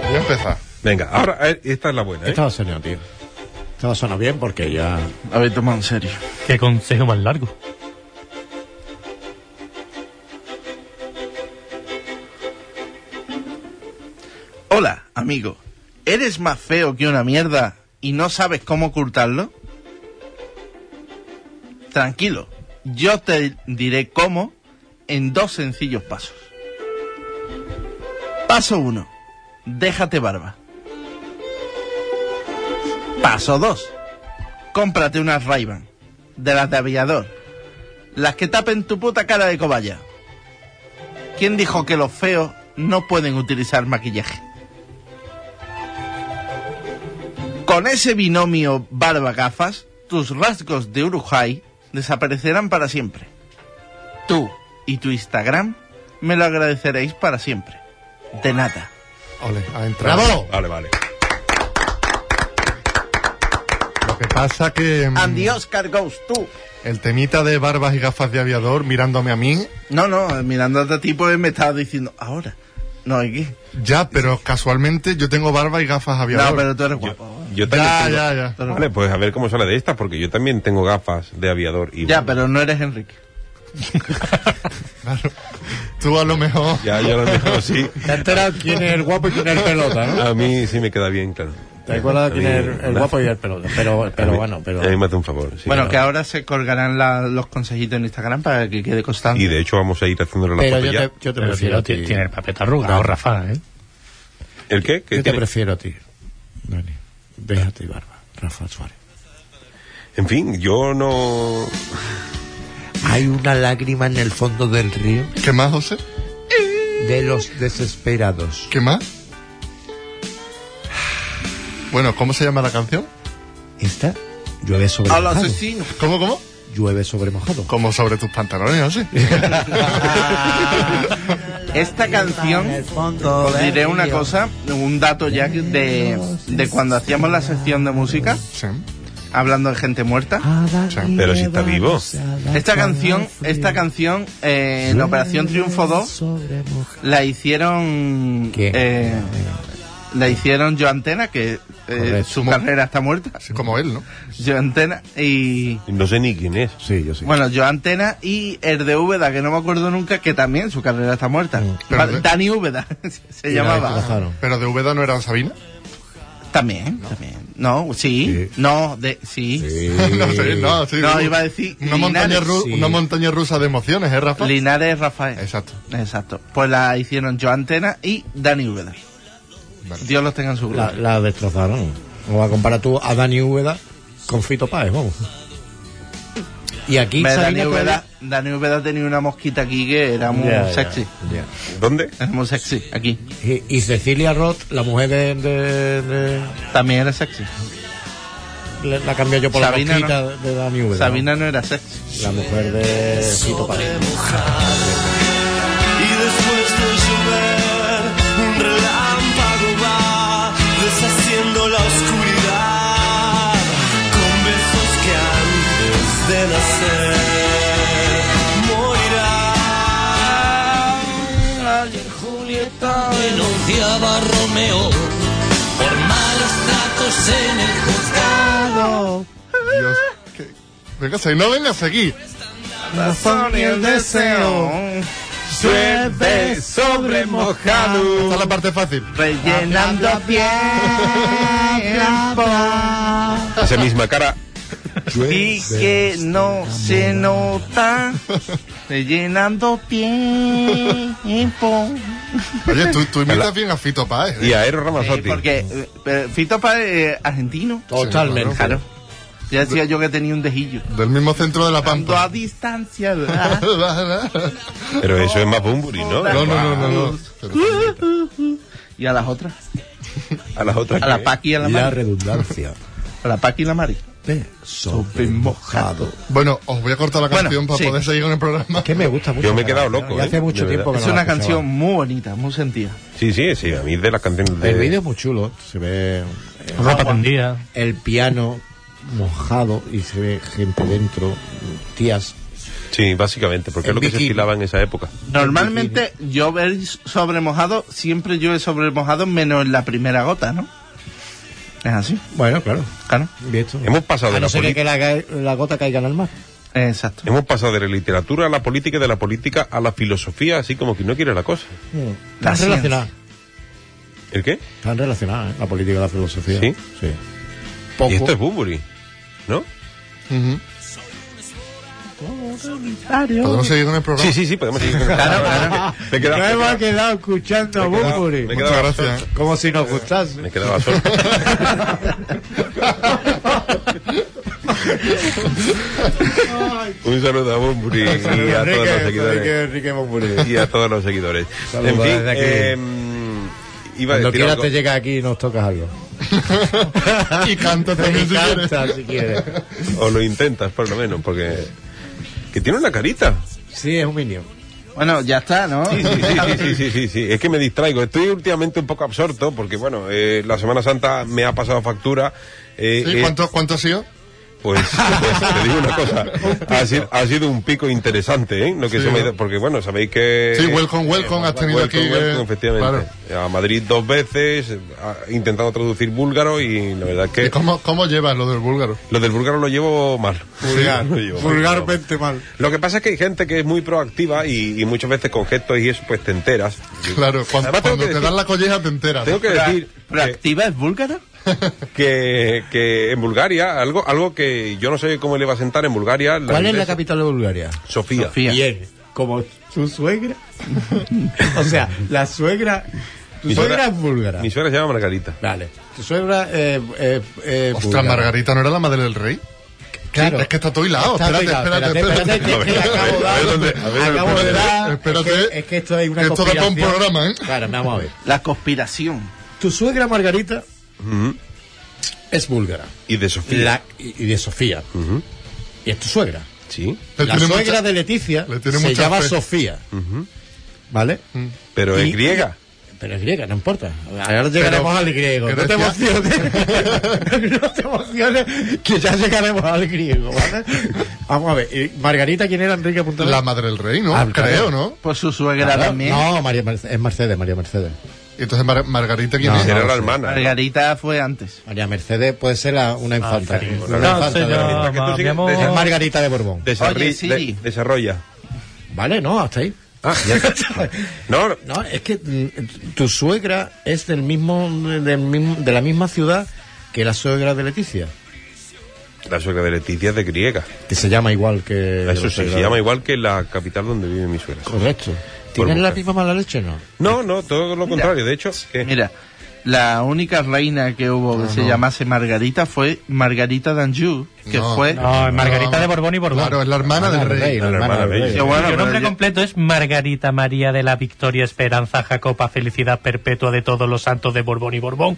S8: Voy a empezar.
S1: Venga, ahora a ver, esta es la buena, ¿eh?
S9: Estaba sonando, tío. Estaba sonando bien porque ya.
S7: A ver, toma en serio.
S6: Qué consejo más largo.
S7: Hola, amigo. ¿Eres más feo que una mierda y no sabes cómo ocultarlo? Tranquilo, yo te diré cómo en dos sencillos pasos. Paso 1. Déjate barba. Paso 2. Cómprate unas ray de las de aviador, las que tapen tu puta cara de cobaya. ¿Quién dijo que los feos no pueden utilizar maquillaje? Con ese binomio barba gafas, tus rasgos de Uruguay desaparecerán para siempre. Tú y tu Instagram me lo agradeceréis para siempre. De nada.
S8: Ole, ha entrado.
S9: ¡Bravo!
S1: Vale, vale.
S8: Lo que pasa que mm,
S7: Andy Oscar Goes, tú.
S8: el temita de barbas y gafas de aviador mirándome a mí,
S7: No, no, mirándote a ti pues me estaba diciendo, ahora, No, ¿y qué?
S8: Ya, pero casualmente yo tengo barba y gafas aviador.
S7: No, pero tú eres guapo.
S1: Yo también
S8: ya,
S1: tengo-
S8: ya, ya.
S1: Vale, pues a ver cómo sale de esta, porque yo también tengo gafas de aviador. Y
S7: Ya, pero no eres Enrique.
S8: Tú a lo mejor.
S1: Ya, yo a lo mejor sí.
S5: Te enteras quién es el guapo y quién es el pelota, ¿no?
S1: A mí sí me queda bien, claro.
S5: Te acuerdas
S1: A
S5: quién
S1: mí,
S5: es el, el
S1: nada.
S5: guapo y el pelota. Pero, pero
S1: A mí-
S5: bueno, pero.
S1: A mí me hace un favor. sí.
S7: bueno, que ahora se colgarán la- los consejitos en Instagram para que quede constante.
S1: Y de hecho vamos a ir haciéndole la foto ya.
S6: Pues Pero tío, ti- Tiene el papel arrugado, Rafa, ¿eh?
S1: ¿El qué? ¿Qué
S5: Yo te
S1: tiene?
S5: prefiero a ti. Dani, déjate barba, Rafa Suárez.
S1: En fin, yo no...
S5: Hay una lágrima en el fondo del río
S8: ¿Qué más, José?
S5: de los desesperados.
S8: ¿Qué más? Bueno, ¿cómo se llama la canción?
S5: Esta llueve sobre
S7: Al
S5: mojado.
S7: asesino.
S8: ¿Cómo, cómo?
S5: Llueve sobre mojado.
S8: Como sobre tus pantalones, no sé.
S7: Esta canción, os diré una cosa, un dato ya que de, de cuando hacíamos la sección de música,
S8: Sí.
S7: hablando de gente muerta.
S1: Pero si está vivo.
S7: Esta canción, esta canción eh, en Operación Triunfo 2 la hicieron
S5: ¿Quién?
S7: eh, la hicieron Joan Tena, que eh,
S5: Correcto.
S7: su carrera está muerta.
S8: Sí, Como él, ¿no?
S7: Joan Tena y
S1: No sé ni quién es.
S5: Sí, yo sí.
S7: bueno, Joan Tena y el de Úbeda, que no me acuerdo nunca, que también su carrera está muerta.
S8: Pero
S7: Va-
S8: de-
S7: Dani Úbeda se
S5: Y la
S7: llamaba.
S5: destrozaron.
S8: Pero de Úbeda no era Sabina.
S7: También, también. No, sí, no, de, sí.
S8: no sé, no, sí.
S7: No, iba a decir
S8: Una montaña,
S7: Linares.
S8: ru-
S5: Sí.
S8: una montaña rusa de emociones, ¿eh, Rafa?
S7: Linares Rafael.
S8: Exacto.
S7: Exacto. Pues la hicieron Joan Tena y Dani Úbeda.
S8: Vale.
S7: Dios los tenga en su
S5: La,
S7: gloria.
S5: la destrozaron. Vamos a comparar tú a Dani Úbeda con Fito Páez, vamos. Y aquí
S7: Ve,
S5: Sabina
S7: Dani Úbeda,
S5: todavía-
S7: Dani Úbeda tenía una mosquita aquí que era muy
S5: Ya, ya,
S7: sexy.
S5: ya.
S1: ¿Dónde?
S7: Era muy sexy, aquí.
S5: Y, y Cecilia Roth, la mujer de, de- de-
S7: También era sexy.
S5: le- La cambié yo por
S7: Sabina,
S5: la mosquita de Dani Úbeda.
S7: Sabina no era sexy.
S5: ¿no? La mujer de Fito Páez.
S3: Y después de llover, un relámpago va deshaciendo la oscuridad con besos que antes de nacer morirá. Ayer Julieta denunciaba a Romeo por malos tratos en el juzgado.
S8: Dios. que- Venga, se- no vengas aquí.
S7: Razón y el deseo.
S1: Llueve sobre
S8: Esta
S1: mojado.
S8: es la parte fácil.
S7: Rellenando tiempo.
S1: Esa misma cara.
S7: Y que no se nota. Rellenando tiempo.
S8: Oye, tú, tú
S1: Hola.
S8: imitas bien a Fito Páez. ¿eh?
S1: Y a Eros
S7: Sí,
S1: Ramazzotti.
S7: porque eh, pero Fito Páez eh, argentino.
S5: Totalmente.
S7: Claro. Ya decía yo que tenía un dejillo.
S8: Del mismo centro de la
S7: Tanto a
S8: pampa.
S7: distancia, ¿verdad?
S1: Pero eso es más Bumburi, ¿no?
S8: No, no, no, no. no. Pero-
S7: Y a las otras.
S1: A las otras.
S7: A la
S1: ¿qué?
S7: Paqui y a la
S5: La
S7: Mari.
S5: redundancia.
S7: A la Paqui y la Mari.
S5: Ve sobre mojado.
S8: Bueno, os voy a cortar la
S7: Bueno,
S8: canción para
S7: sí.
S8: poder seguir con el programa.
S5: Que me gusta mucho.
S1: Yo me he quedado
S5: ¿no?
S1: loco,
S5: Y hace
S1: ¿eh?
S5: mucho
S1: De
S5: tiempo que
S7: Es
S5: no
S7: una
S5: la escuchaba.
S7: canción muy bonita, muy sentida.
S1: Sí, sí, sí. A mí de las canciones de...
S5: El vídeo es muy chulo. Se ve eh,
S6: Ropa tendida.
S5: el piano mojado y se ve gente dentro, tías.
S1: Sí, básicamente, porque es
S5: En
S1: lo que se
S5: bikini.
S1: estilaba en esa época.
S7: Normalmente llover sobre mojado, siempre llueve sobre mojado menos en la primera gota, ¿no? Es así,
S5: Bueno, claro.
S7: claro.
S5: bien hecho.
S1: Hemos pasado
S5: A
S1: de la
S5: no ser que-
S1: política.
S5: que la, ga- la gota caiga en el mar.
S7: Exacto.
S1: Hemos pasado de la literatura a la política, de la política a la filosofía, así como que no quiere la cosa.
S7: La
S5: Están relacionadas.
S1: ¿El qué?
S5: Están relacionadas, ¿eh? la política y la filosofía.
S1: ¿Sí?
S5: Sí.
S1: Y esto es Bumburi, ¿no?
S8: Ujú. Podemos seguir con el programa.
S1: Sí, sí, sí, podemos seguir. con el programa. Me quedaba-
S5: Nos
S1: me
S5: hemos
S1: quedaba-
S5: quedado escuchando a
S1: me quedaba- me
S5: Bumburi.
S8: Muchas
S1: quedaba-
S8: gracias. ¿eh?
S5: Como si nos gustase.
S1: Me quedaba solo. Un saludo a Bumburi y a todos los seguidores.
S5: Enrique Bumburi.
S1: Y a todos los seguidores.
S5: Saludos
S1: en fin,
S5: desde aquí.
S1: em, iba a
S5: Cuando
S1: decir
S5: quieras
S1: algo.
S5: te llega aquí y nos tocas algo.
S8: Y canta también
S5: Y
S8: si quieres.
S5: canta, si quieres.
S1: o lo intentas, por lo menos, porque. Que tiene una carita.
S5: Sí, es un minion.
S7: Bueno, ya está, ¿no?
S1: Sí, sí, sí, sí, sí, sí, sí. Es que me distraigo. Estoy últimamente un poco absorto porque, bueno, eh, la Semana Santa me ha pasado factura. Eh,
S8: Sí,
S1: eh,
S8: ¿Cuánto, ¿Cuánto ha sido?
S1: Pues, pues te digo una cosa, ha sido, ha sido un pico interesante, ¿eh? Lo que
S8: Sí,
S1: se me ha
S8: ¿no?
S1: ido- porque bueno, sabéis que...
S8: Sí, welcome, welcome, has tenido
S1: Eh, Welcome,
S8: aquí,
S1: welcome,
S8: eh,
S1: efectivamente. A Madrid dos veces, ha intentado traducir búlgaro y la verdad que...
S8: ¿Cómo, cómo llevas lo del búlgaro?
S1: Lo del búlgaro lo llevo mal.
S8: Vulgar,
S1: Lo llevo mal.
S8: vulgarmente mal.
S1: Lo que pasa es que hay gente que es muy proactiva y, y muchas veces con gestos y eso pues te enteras.
S8: Claro, cuando,
S1: Además, tengo
S8: cuando
S1: que
S8: te
S1: decir-
S8: dan la colleja te enteras.
S1: Tengo que decir...
S7: ¿Proactiva es búlgara?
S1: que, que en Bulgaria, algo, algo que yo no sé cómo le va a sentar en Bulgaria.
S5: ¿Cuál es la
S1: inglesa-
S5: capital de Bulgaria?
S1: Sofía.
S5: Bien, como su suegra. o sea, la suegra. Tu
S1: Mi
S5: suegra es búlgara.
S1: Mi suegra se llama Margarita.
S5: Vale. Tu suegra eh, eh, eh,
S8: Ostras,
S5: búlgara.
S8: Margarita no era la madre del rey.
S5: Claro.
S8: Es que está todo hilado.
S5: Está
S8: espérate,
S5: todo hilado,
S8: espérate,
S5: espérate,
S8: espérate,
S5: espérate, que le acabo de dar- acabo de dar- es que- es que esto es una
S8: Esto da para un
S5: conspiración.
S8: programa, ¿eh?
S5: Claro, vamos a ver.
S7: La conspiración.
S5: Tu suegra Margarita
S1: Ujú.
S5: es búlgara.
S1: Y de Sofía.
S5: La- y, y de Sofía.
S1: Ujú.
S5: Y es tu suegra.
S1: Sí.
S5: La suegra de Leticia
S8: le tiene
S5: se
S8: mucha
S5: llama
S8: fe.
S5: Sofía. ¿Vale?
S1: Pero
S5: Y-
S1: es griega.
S5: Pero es griega, no importa. Ahora llegaremos al griego. No
S8: pero
S5: te
S8: decía-
S5: emociones. no te emociones, que ya llegaremos al griego, ¿vale? Vamos a ver. ¿y Margarita, ¿quién era Enrique Puntal?
S8: La madre del rey, ¿no?
S5: Ah, claro.
S8: Creo, ¿no?
S7: Pues su suegra también.
S5: No, María Merce- es Mercedes, María Mercedes.
S8: Y entonces Mar- Margarita, ¿quién
S5: No,
S8: es?
S1: Era la hermana. ¿no?
S7: Margarita fue antes.
S5: María Mercedes puede ser la- una infanta.
S3: Ah, sí.
S5: Una
S3: No,
S5: infanta
S3: señor.
S5: de Margarita.
S1: Que tú
S3: mi
S1: sigues-
S3: amor.
S5: Es
S1: desa-
S5: Margarita de Borbón.
S1: desarri-
S7: Oye, sí.
S1: de- desarrolla.
S5: Vale, no, hasta ahí.
S1: Ah, ya. no, no.
S5: No, es que mm, tu suegra es del mismo, del mismo, de la misma ciudad que la suegra de Leticia,
S1: la suegra de Leticia es de griega.
S5: que se llama igual que. la
S1: Eso sí,
S5: suegra
S1: se
S5: de-
S1: llama igual que la capital donde vive mi suegra.
S5: Correcto. ¿Tienen
S1: Por
S5: la
S1: mujer.
S5: misma mala leche o no?
S1: No, no, todo lo contrario. De hecho, que-
S7: Mira, la única reina que hubo que se llamase Margarita fue Margarita d'Anjou, que
S8: No.
S7: fue...
S3: No, es Margarita de Borbón y Borbón.
S8: Claro, es la hermana del rey.
S5: la hermana del rey.
S7: Que bueno,
S3: Su
S7: pero
S3: nombre
S7: ya-
S3: completo es Margarita María de la Victoria, Esperanza, Jacoba, Felicidad Perpetua de todos los santos de Borbón y Borbón.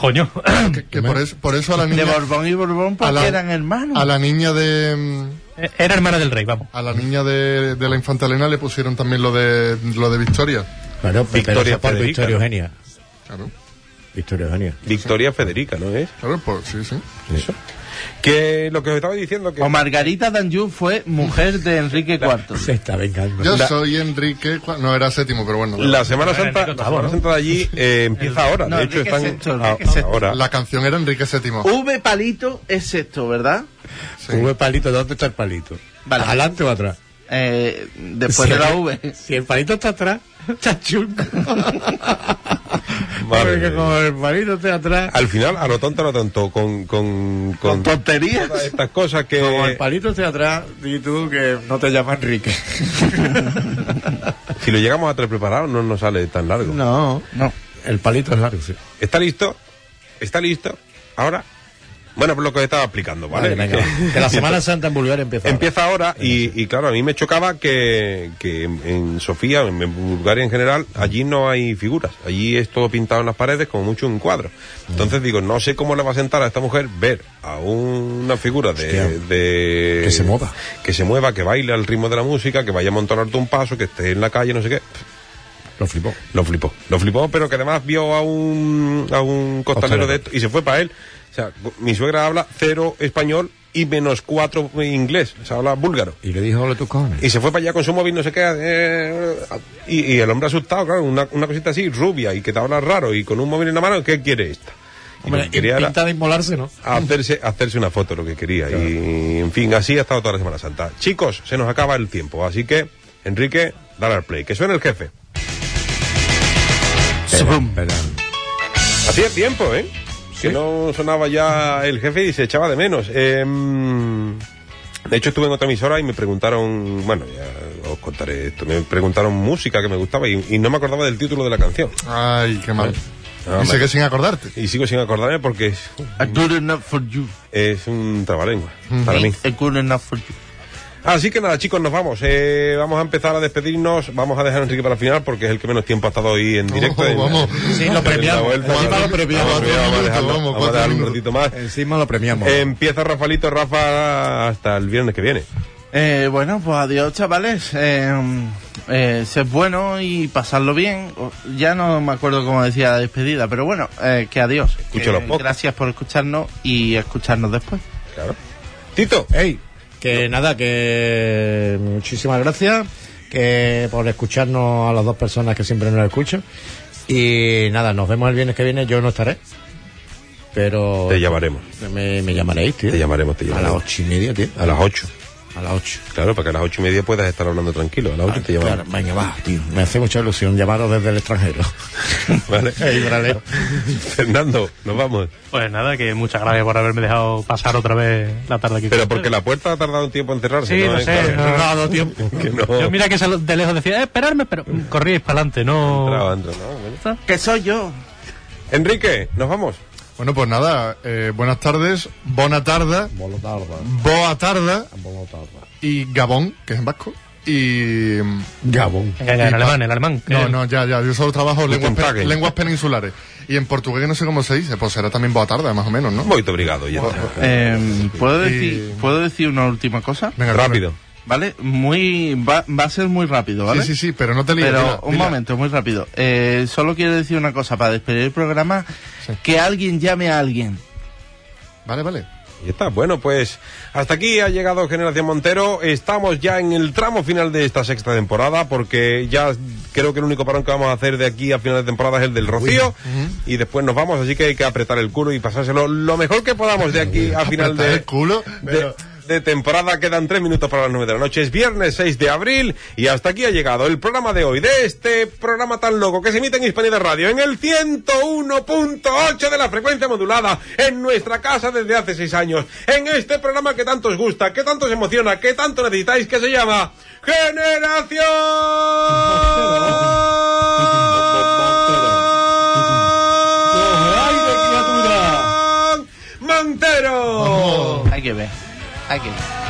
S3: Coño.
S8: Que, que por, eso, por eso a la
S7: de
S8: niña...
S7: Borbón y Borbón
S8: a
S7: porque
S8: la-
S7: eran hermanos.
S8: A la niña de... mm,
S3: Era hermana del rey, vamos.
S8: A la niña de, de la infanta Elena le pusieron también lo de, lo de Victoria.
S5: Claro, pero
S1: Victoria
S5: eso por
S1: Federica.
S5: Victoria Eugenia.
S8: Claro,
S5: Victoria Eugenia.
S1: Victoria Federica, ¿no es?
S8: claro, pues sí, sí.
S1: Que lo que os estaba diciendo que...
S7: O Margarita d'Anjou fue mujer de Enrique IV.
S5: Se está vengando.
S8: Yo soy Enrique... cua- No, era séptimo, pero bueno.
S1: La Semana Santa,
S3: Enrique
S1: la Semana Santa de allí eh, empieza ahora.
S7: No,
S1: de hecho,
S7: Enrique
S1: están
S7: VI,
S1: a-
S7: Enrique VI.
S1: ahora.
S8: La canción era Enrique VII.
S7: V palito es esto, ¿verdad?
S8: Sí.
S5: V palito, ¿dónde está el palito?
S7: Vale.
S5: ¿Adelante o atrás?
S7: Eh, después
S5: Si
S7: de la
S5: el-
S7: V.
S5: Si el palito está atrás, está chungo.
S1: Madre
S5: Porque
S1: mía.
S5: como el palito está atrás,
S1: Al final, a lo tonto, a lo tonto, con, con, con
S7: tonterías.
S1: todas estas cosas
S5: como el
S1: que
S5: palito está atrás, y tú que no te llamas Enrique.
S1: si lo llegamos a traer preparado no nos sale tan largo.
S5: no, no. El palito es largo, sí.
S1: ¿Está listo? ¿Está listo? Ahora. Bueno, por lo que os estaba explicando, ¿vale?
S5: Vale, venga. va. Que la Semana Santa en Bulgaria empieza. ahora.
S1: Empieza ahora y, y claro, a mí me chocaba que, que en, en Sofía, en, en Bulgaria en general, allí no hay figuras. Allí es todo pintado en las paredes, como mucho un cuadro.
S5: Mm.
S1: Entonces digo, no sé cómo le va a sentar a esta mujer ver a una figura
S5: Hostia.
S1: de, de-
S5: Que se mueva.
S1: Que se mueva, que baile al ritmo de la música, que vaya a montonarte un paso, que esté en la calle, no sé qué.
S5: Lo flipó.
S1: Lo flipó. Lo flipó, pero que además vio a un, a un costalero
S5: Costalero.
S1: de esto y se fue para él. O sea, mi suegra habla cero español y menos cuatro inglés. O sea, habla búlgaro.
S5: Y le dijo, ole tus cojones.
S1: Y se fue para allá con su móvil, no sé qué. eh, y, y el hombre asustado, claro, una, una cosita así, rubia y que te habla raro y con un móvil en la mano, ¿qué quiere esta? Y lo
S5: Hombre,
S1: que quería era
S5: pinta de inmolarse, ¿no?
S1: hacerse, hacerse una foto, lo que quería. Y en fin, así ha estado toda la Semana Santa. Chicos, se nos acaba el tiempo, así que, Enrique, dale al play. Que suene el jefe. Hacía tiempo, ¿eh? Que no sonaba ya el jefe y se echaba de menos. Eh, de hecho, estuve en otra emisora y me preguntaron, bueno, ya os contaré esto, me preguntaron música que me gustaba y, y no me acordaba del título de la canción.
S8: Ay, qué mal.
S1: Ah,
S8: Dice
S1: mal.
S8: que sin acordarte.
S1: Y sigo sin acordarme porque es,
S7: I good enough for you.
S1: es un trabalengua para mí.
S7: I good enough for you.
S1: Así que nada, chicos, nos vamos. Eh, vamos a empezar a despedirnos. Vamos a dejar a Enrique para el final porque es el que menos tiempo ha estado hoy en directo.
S8: Oh,
S1: En-
S8: vamos.
S5: Sí, lo
S1: en la
S5: premiamos.
S1: vuelta.
S5: Encima lo premiamos.
S1: Vamos a dejarlo,
S8: Cuatro minutos,
S1: Vamos a
S8: vamos,
S1: dejarlo un
S8: cuatro
S1: ratito más.
S5: Encima lo premiamos.
S1: Empieza Rafalito Rafa hasta el viernes que viene.
S7: Eh, bueno, pues adiós, chavales. Eh, eh, sed bueno y pasadlo bien. O- Ya no me acuerdo cómo decía la despedida, pero bueno, eh, que adiós.
S1: Escucha
S7: Que
S1: los podcasts.
S7: Gracias por escucharnos y escucharnos después.
S1: Claro. Tito.
S5: Ey, que nada, que muchísimas gracias que por escucharnos a las dos personas que siempre nos escuchan. Y nada, nos vemos el viernes que viene. Yo no estaré. Pero.
S1: Te llamaremos.
S5: Me, me llamaréis, tío.
S1: Te llamaremos, te llamaremos.
S5: A las ocho y media, tío.
S1: A las ocho.
S5: A las ocho.
S1: Claro, para que a las ocho y media puedas estar hablando tranquilo. A las ocho te llamaremos.
S5: Claro, venga, va, tío. Me hace mucha ilusión llamaros desde el extranjero.
S1: Vale.
S5: Ey, braleo.
S1: Fernando, nos vamos.
S3: Pues nada, que muchas gracias por haberme dejado pasar otra vez la tarde aquí.
S1: Pero porque la puerta ha tardado un tiempo en cerrarse.
S3: Sí,
S1: ¿no?
S3: lo
S1: Eh,
S3: sé.
S1: claro.
S3: No, no, no, tío.
S1: Que no.
S3: Yo mira que sal- de lejos decía, eh, esperarme, pero mm, corríais para adelante, no...
S1: Entraba, entraba, ¿no? Bueno.
S7: Que soy yo.
S1: Enrique, nos vamos.
S8: Bueno, pues nada, eh, buenas tardes, bona tarda, boa tarda y Gabón, que es en vasco, y...
S5: Gabón.
S3: Venga, ya, el alemán, el alemán. que-
S8: No, no, ya, ya, yo solo trabajo lenguas,
S1: Guten Tag.
S8: pe- lenguas peninsulares. Y en portugués no sé cómo se dice, pues será también boa tarda, más o menos, ¿no?
S1: Muy obrigado. Ya está.
S7: Em, ¿puedo, decir, ¿Puedo decir una última cosa?
S8: Venga,
S1: Rápido.
S7: ¿Vale? Muy, va, va a ser muy rápido, ¿vale?
S8: Sí, sí, sí, pero no te líes.
S7: Pero
S8: dila,
S7: un
S8: dila.
S7: momento, muy rápido. Eh, solo quiero decir una cosa para despedir el programa. Que alguien llame a alguien.
S8: Vale, vale.
S1: Ya está. Bueno, pues hasta aquí ha llegado Generación Montero. Estamos ya en el tramo final de esta sexta temporada porque ya creo que el único parón que vamos a hacer de aquí a final de temporada es el del Rocío y después nos vamos, así que hay que apretar el culo y pasárselo lo mejor que podamos de aquí a final
S8: Apretar
S1: de...
S8: el culo,
S1: de-
S8: pero-
S1: de temporada quedan tres minutos para las nueve de la noche. Es viernes 6 de abril y hasta aquí ha llegado el programa de hoy, de este programa tan loco que se emite en Hispanidad Radio en el 101.8 de la frecuencia modulada en nuestra casa desde hace seis años. En este programa que tanto os gusta, que tanto os emociona, que tanto necesitáis, que se llama Generación Montero.
S8: Oh.
S7: Hay que ver. Hay que ver.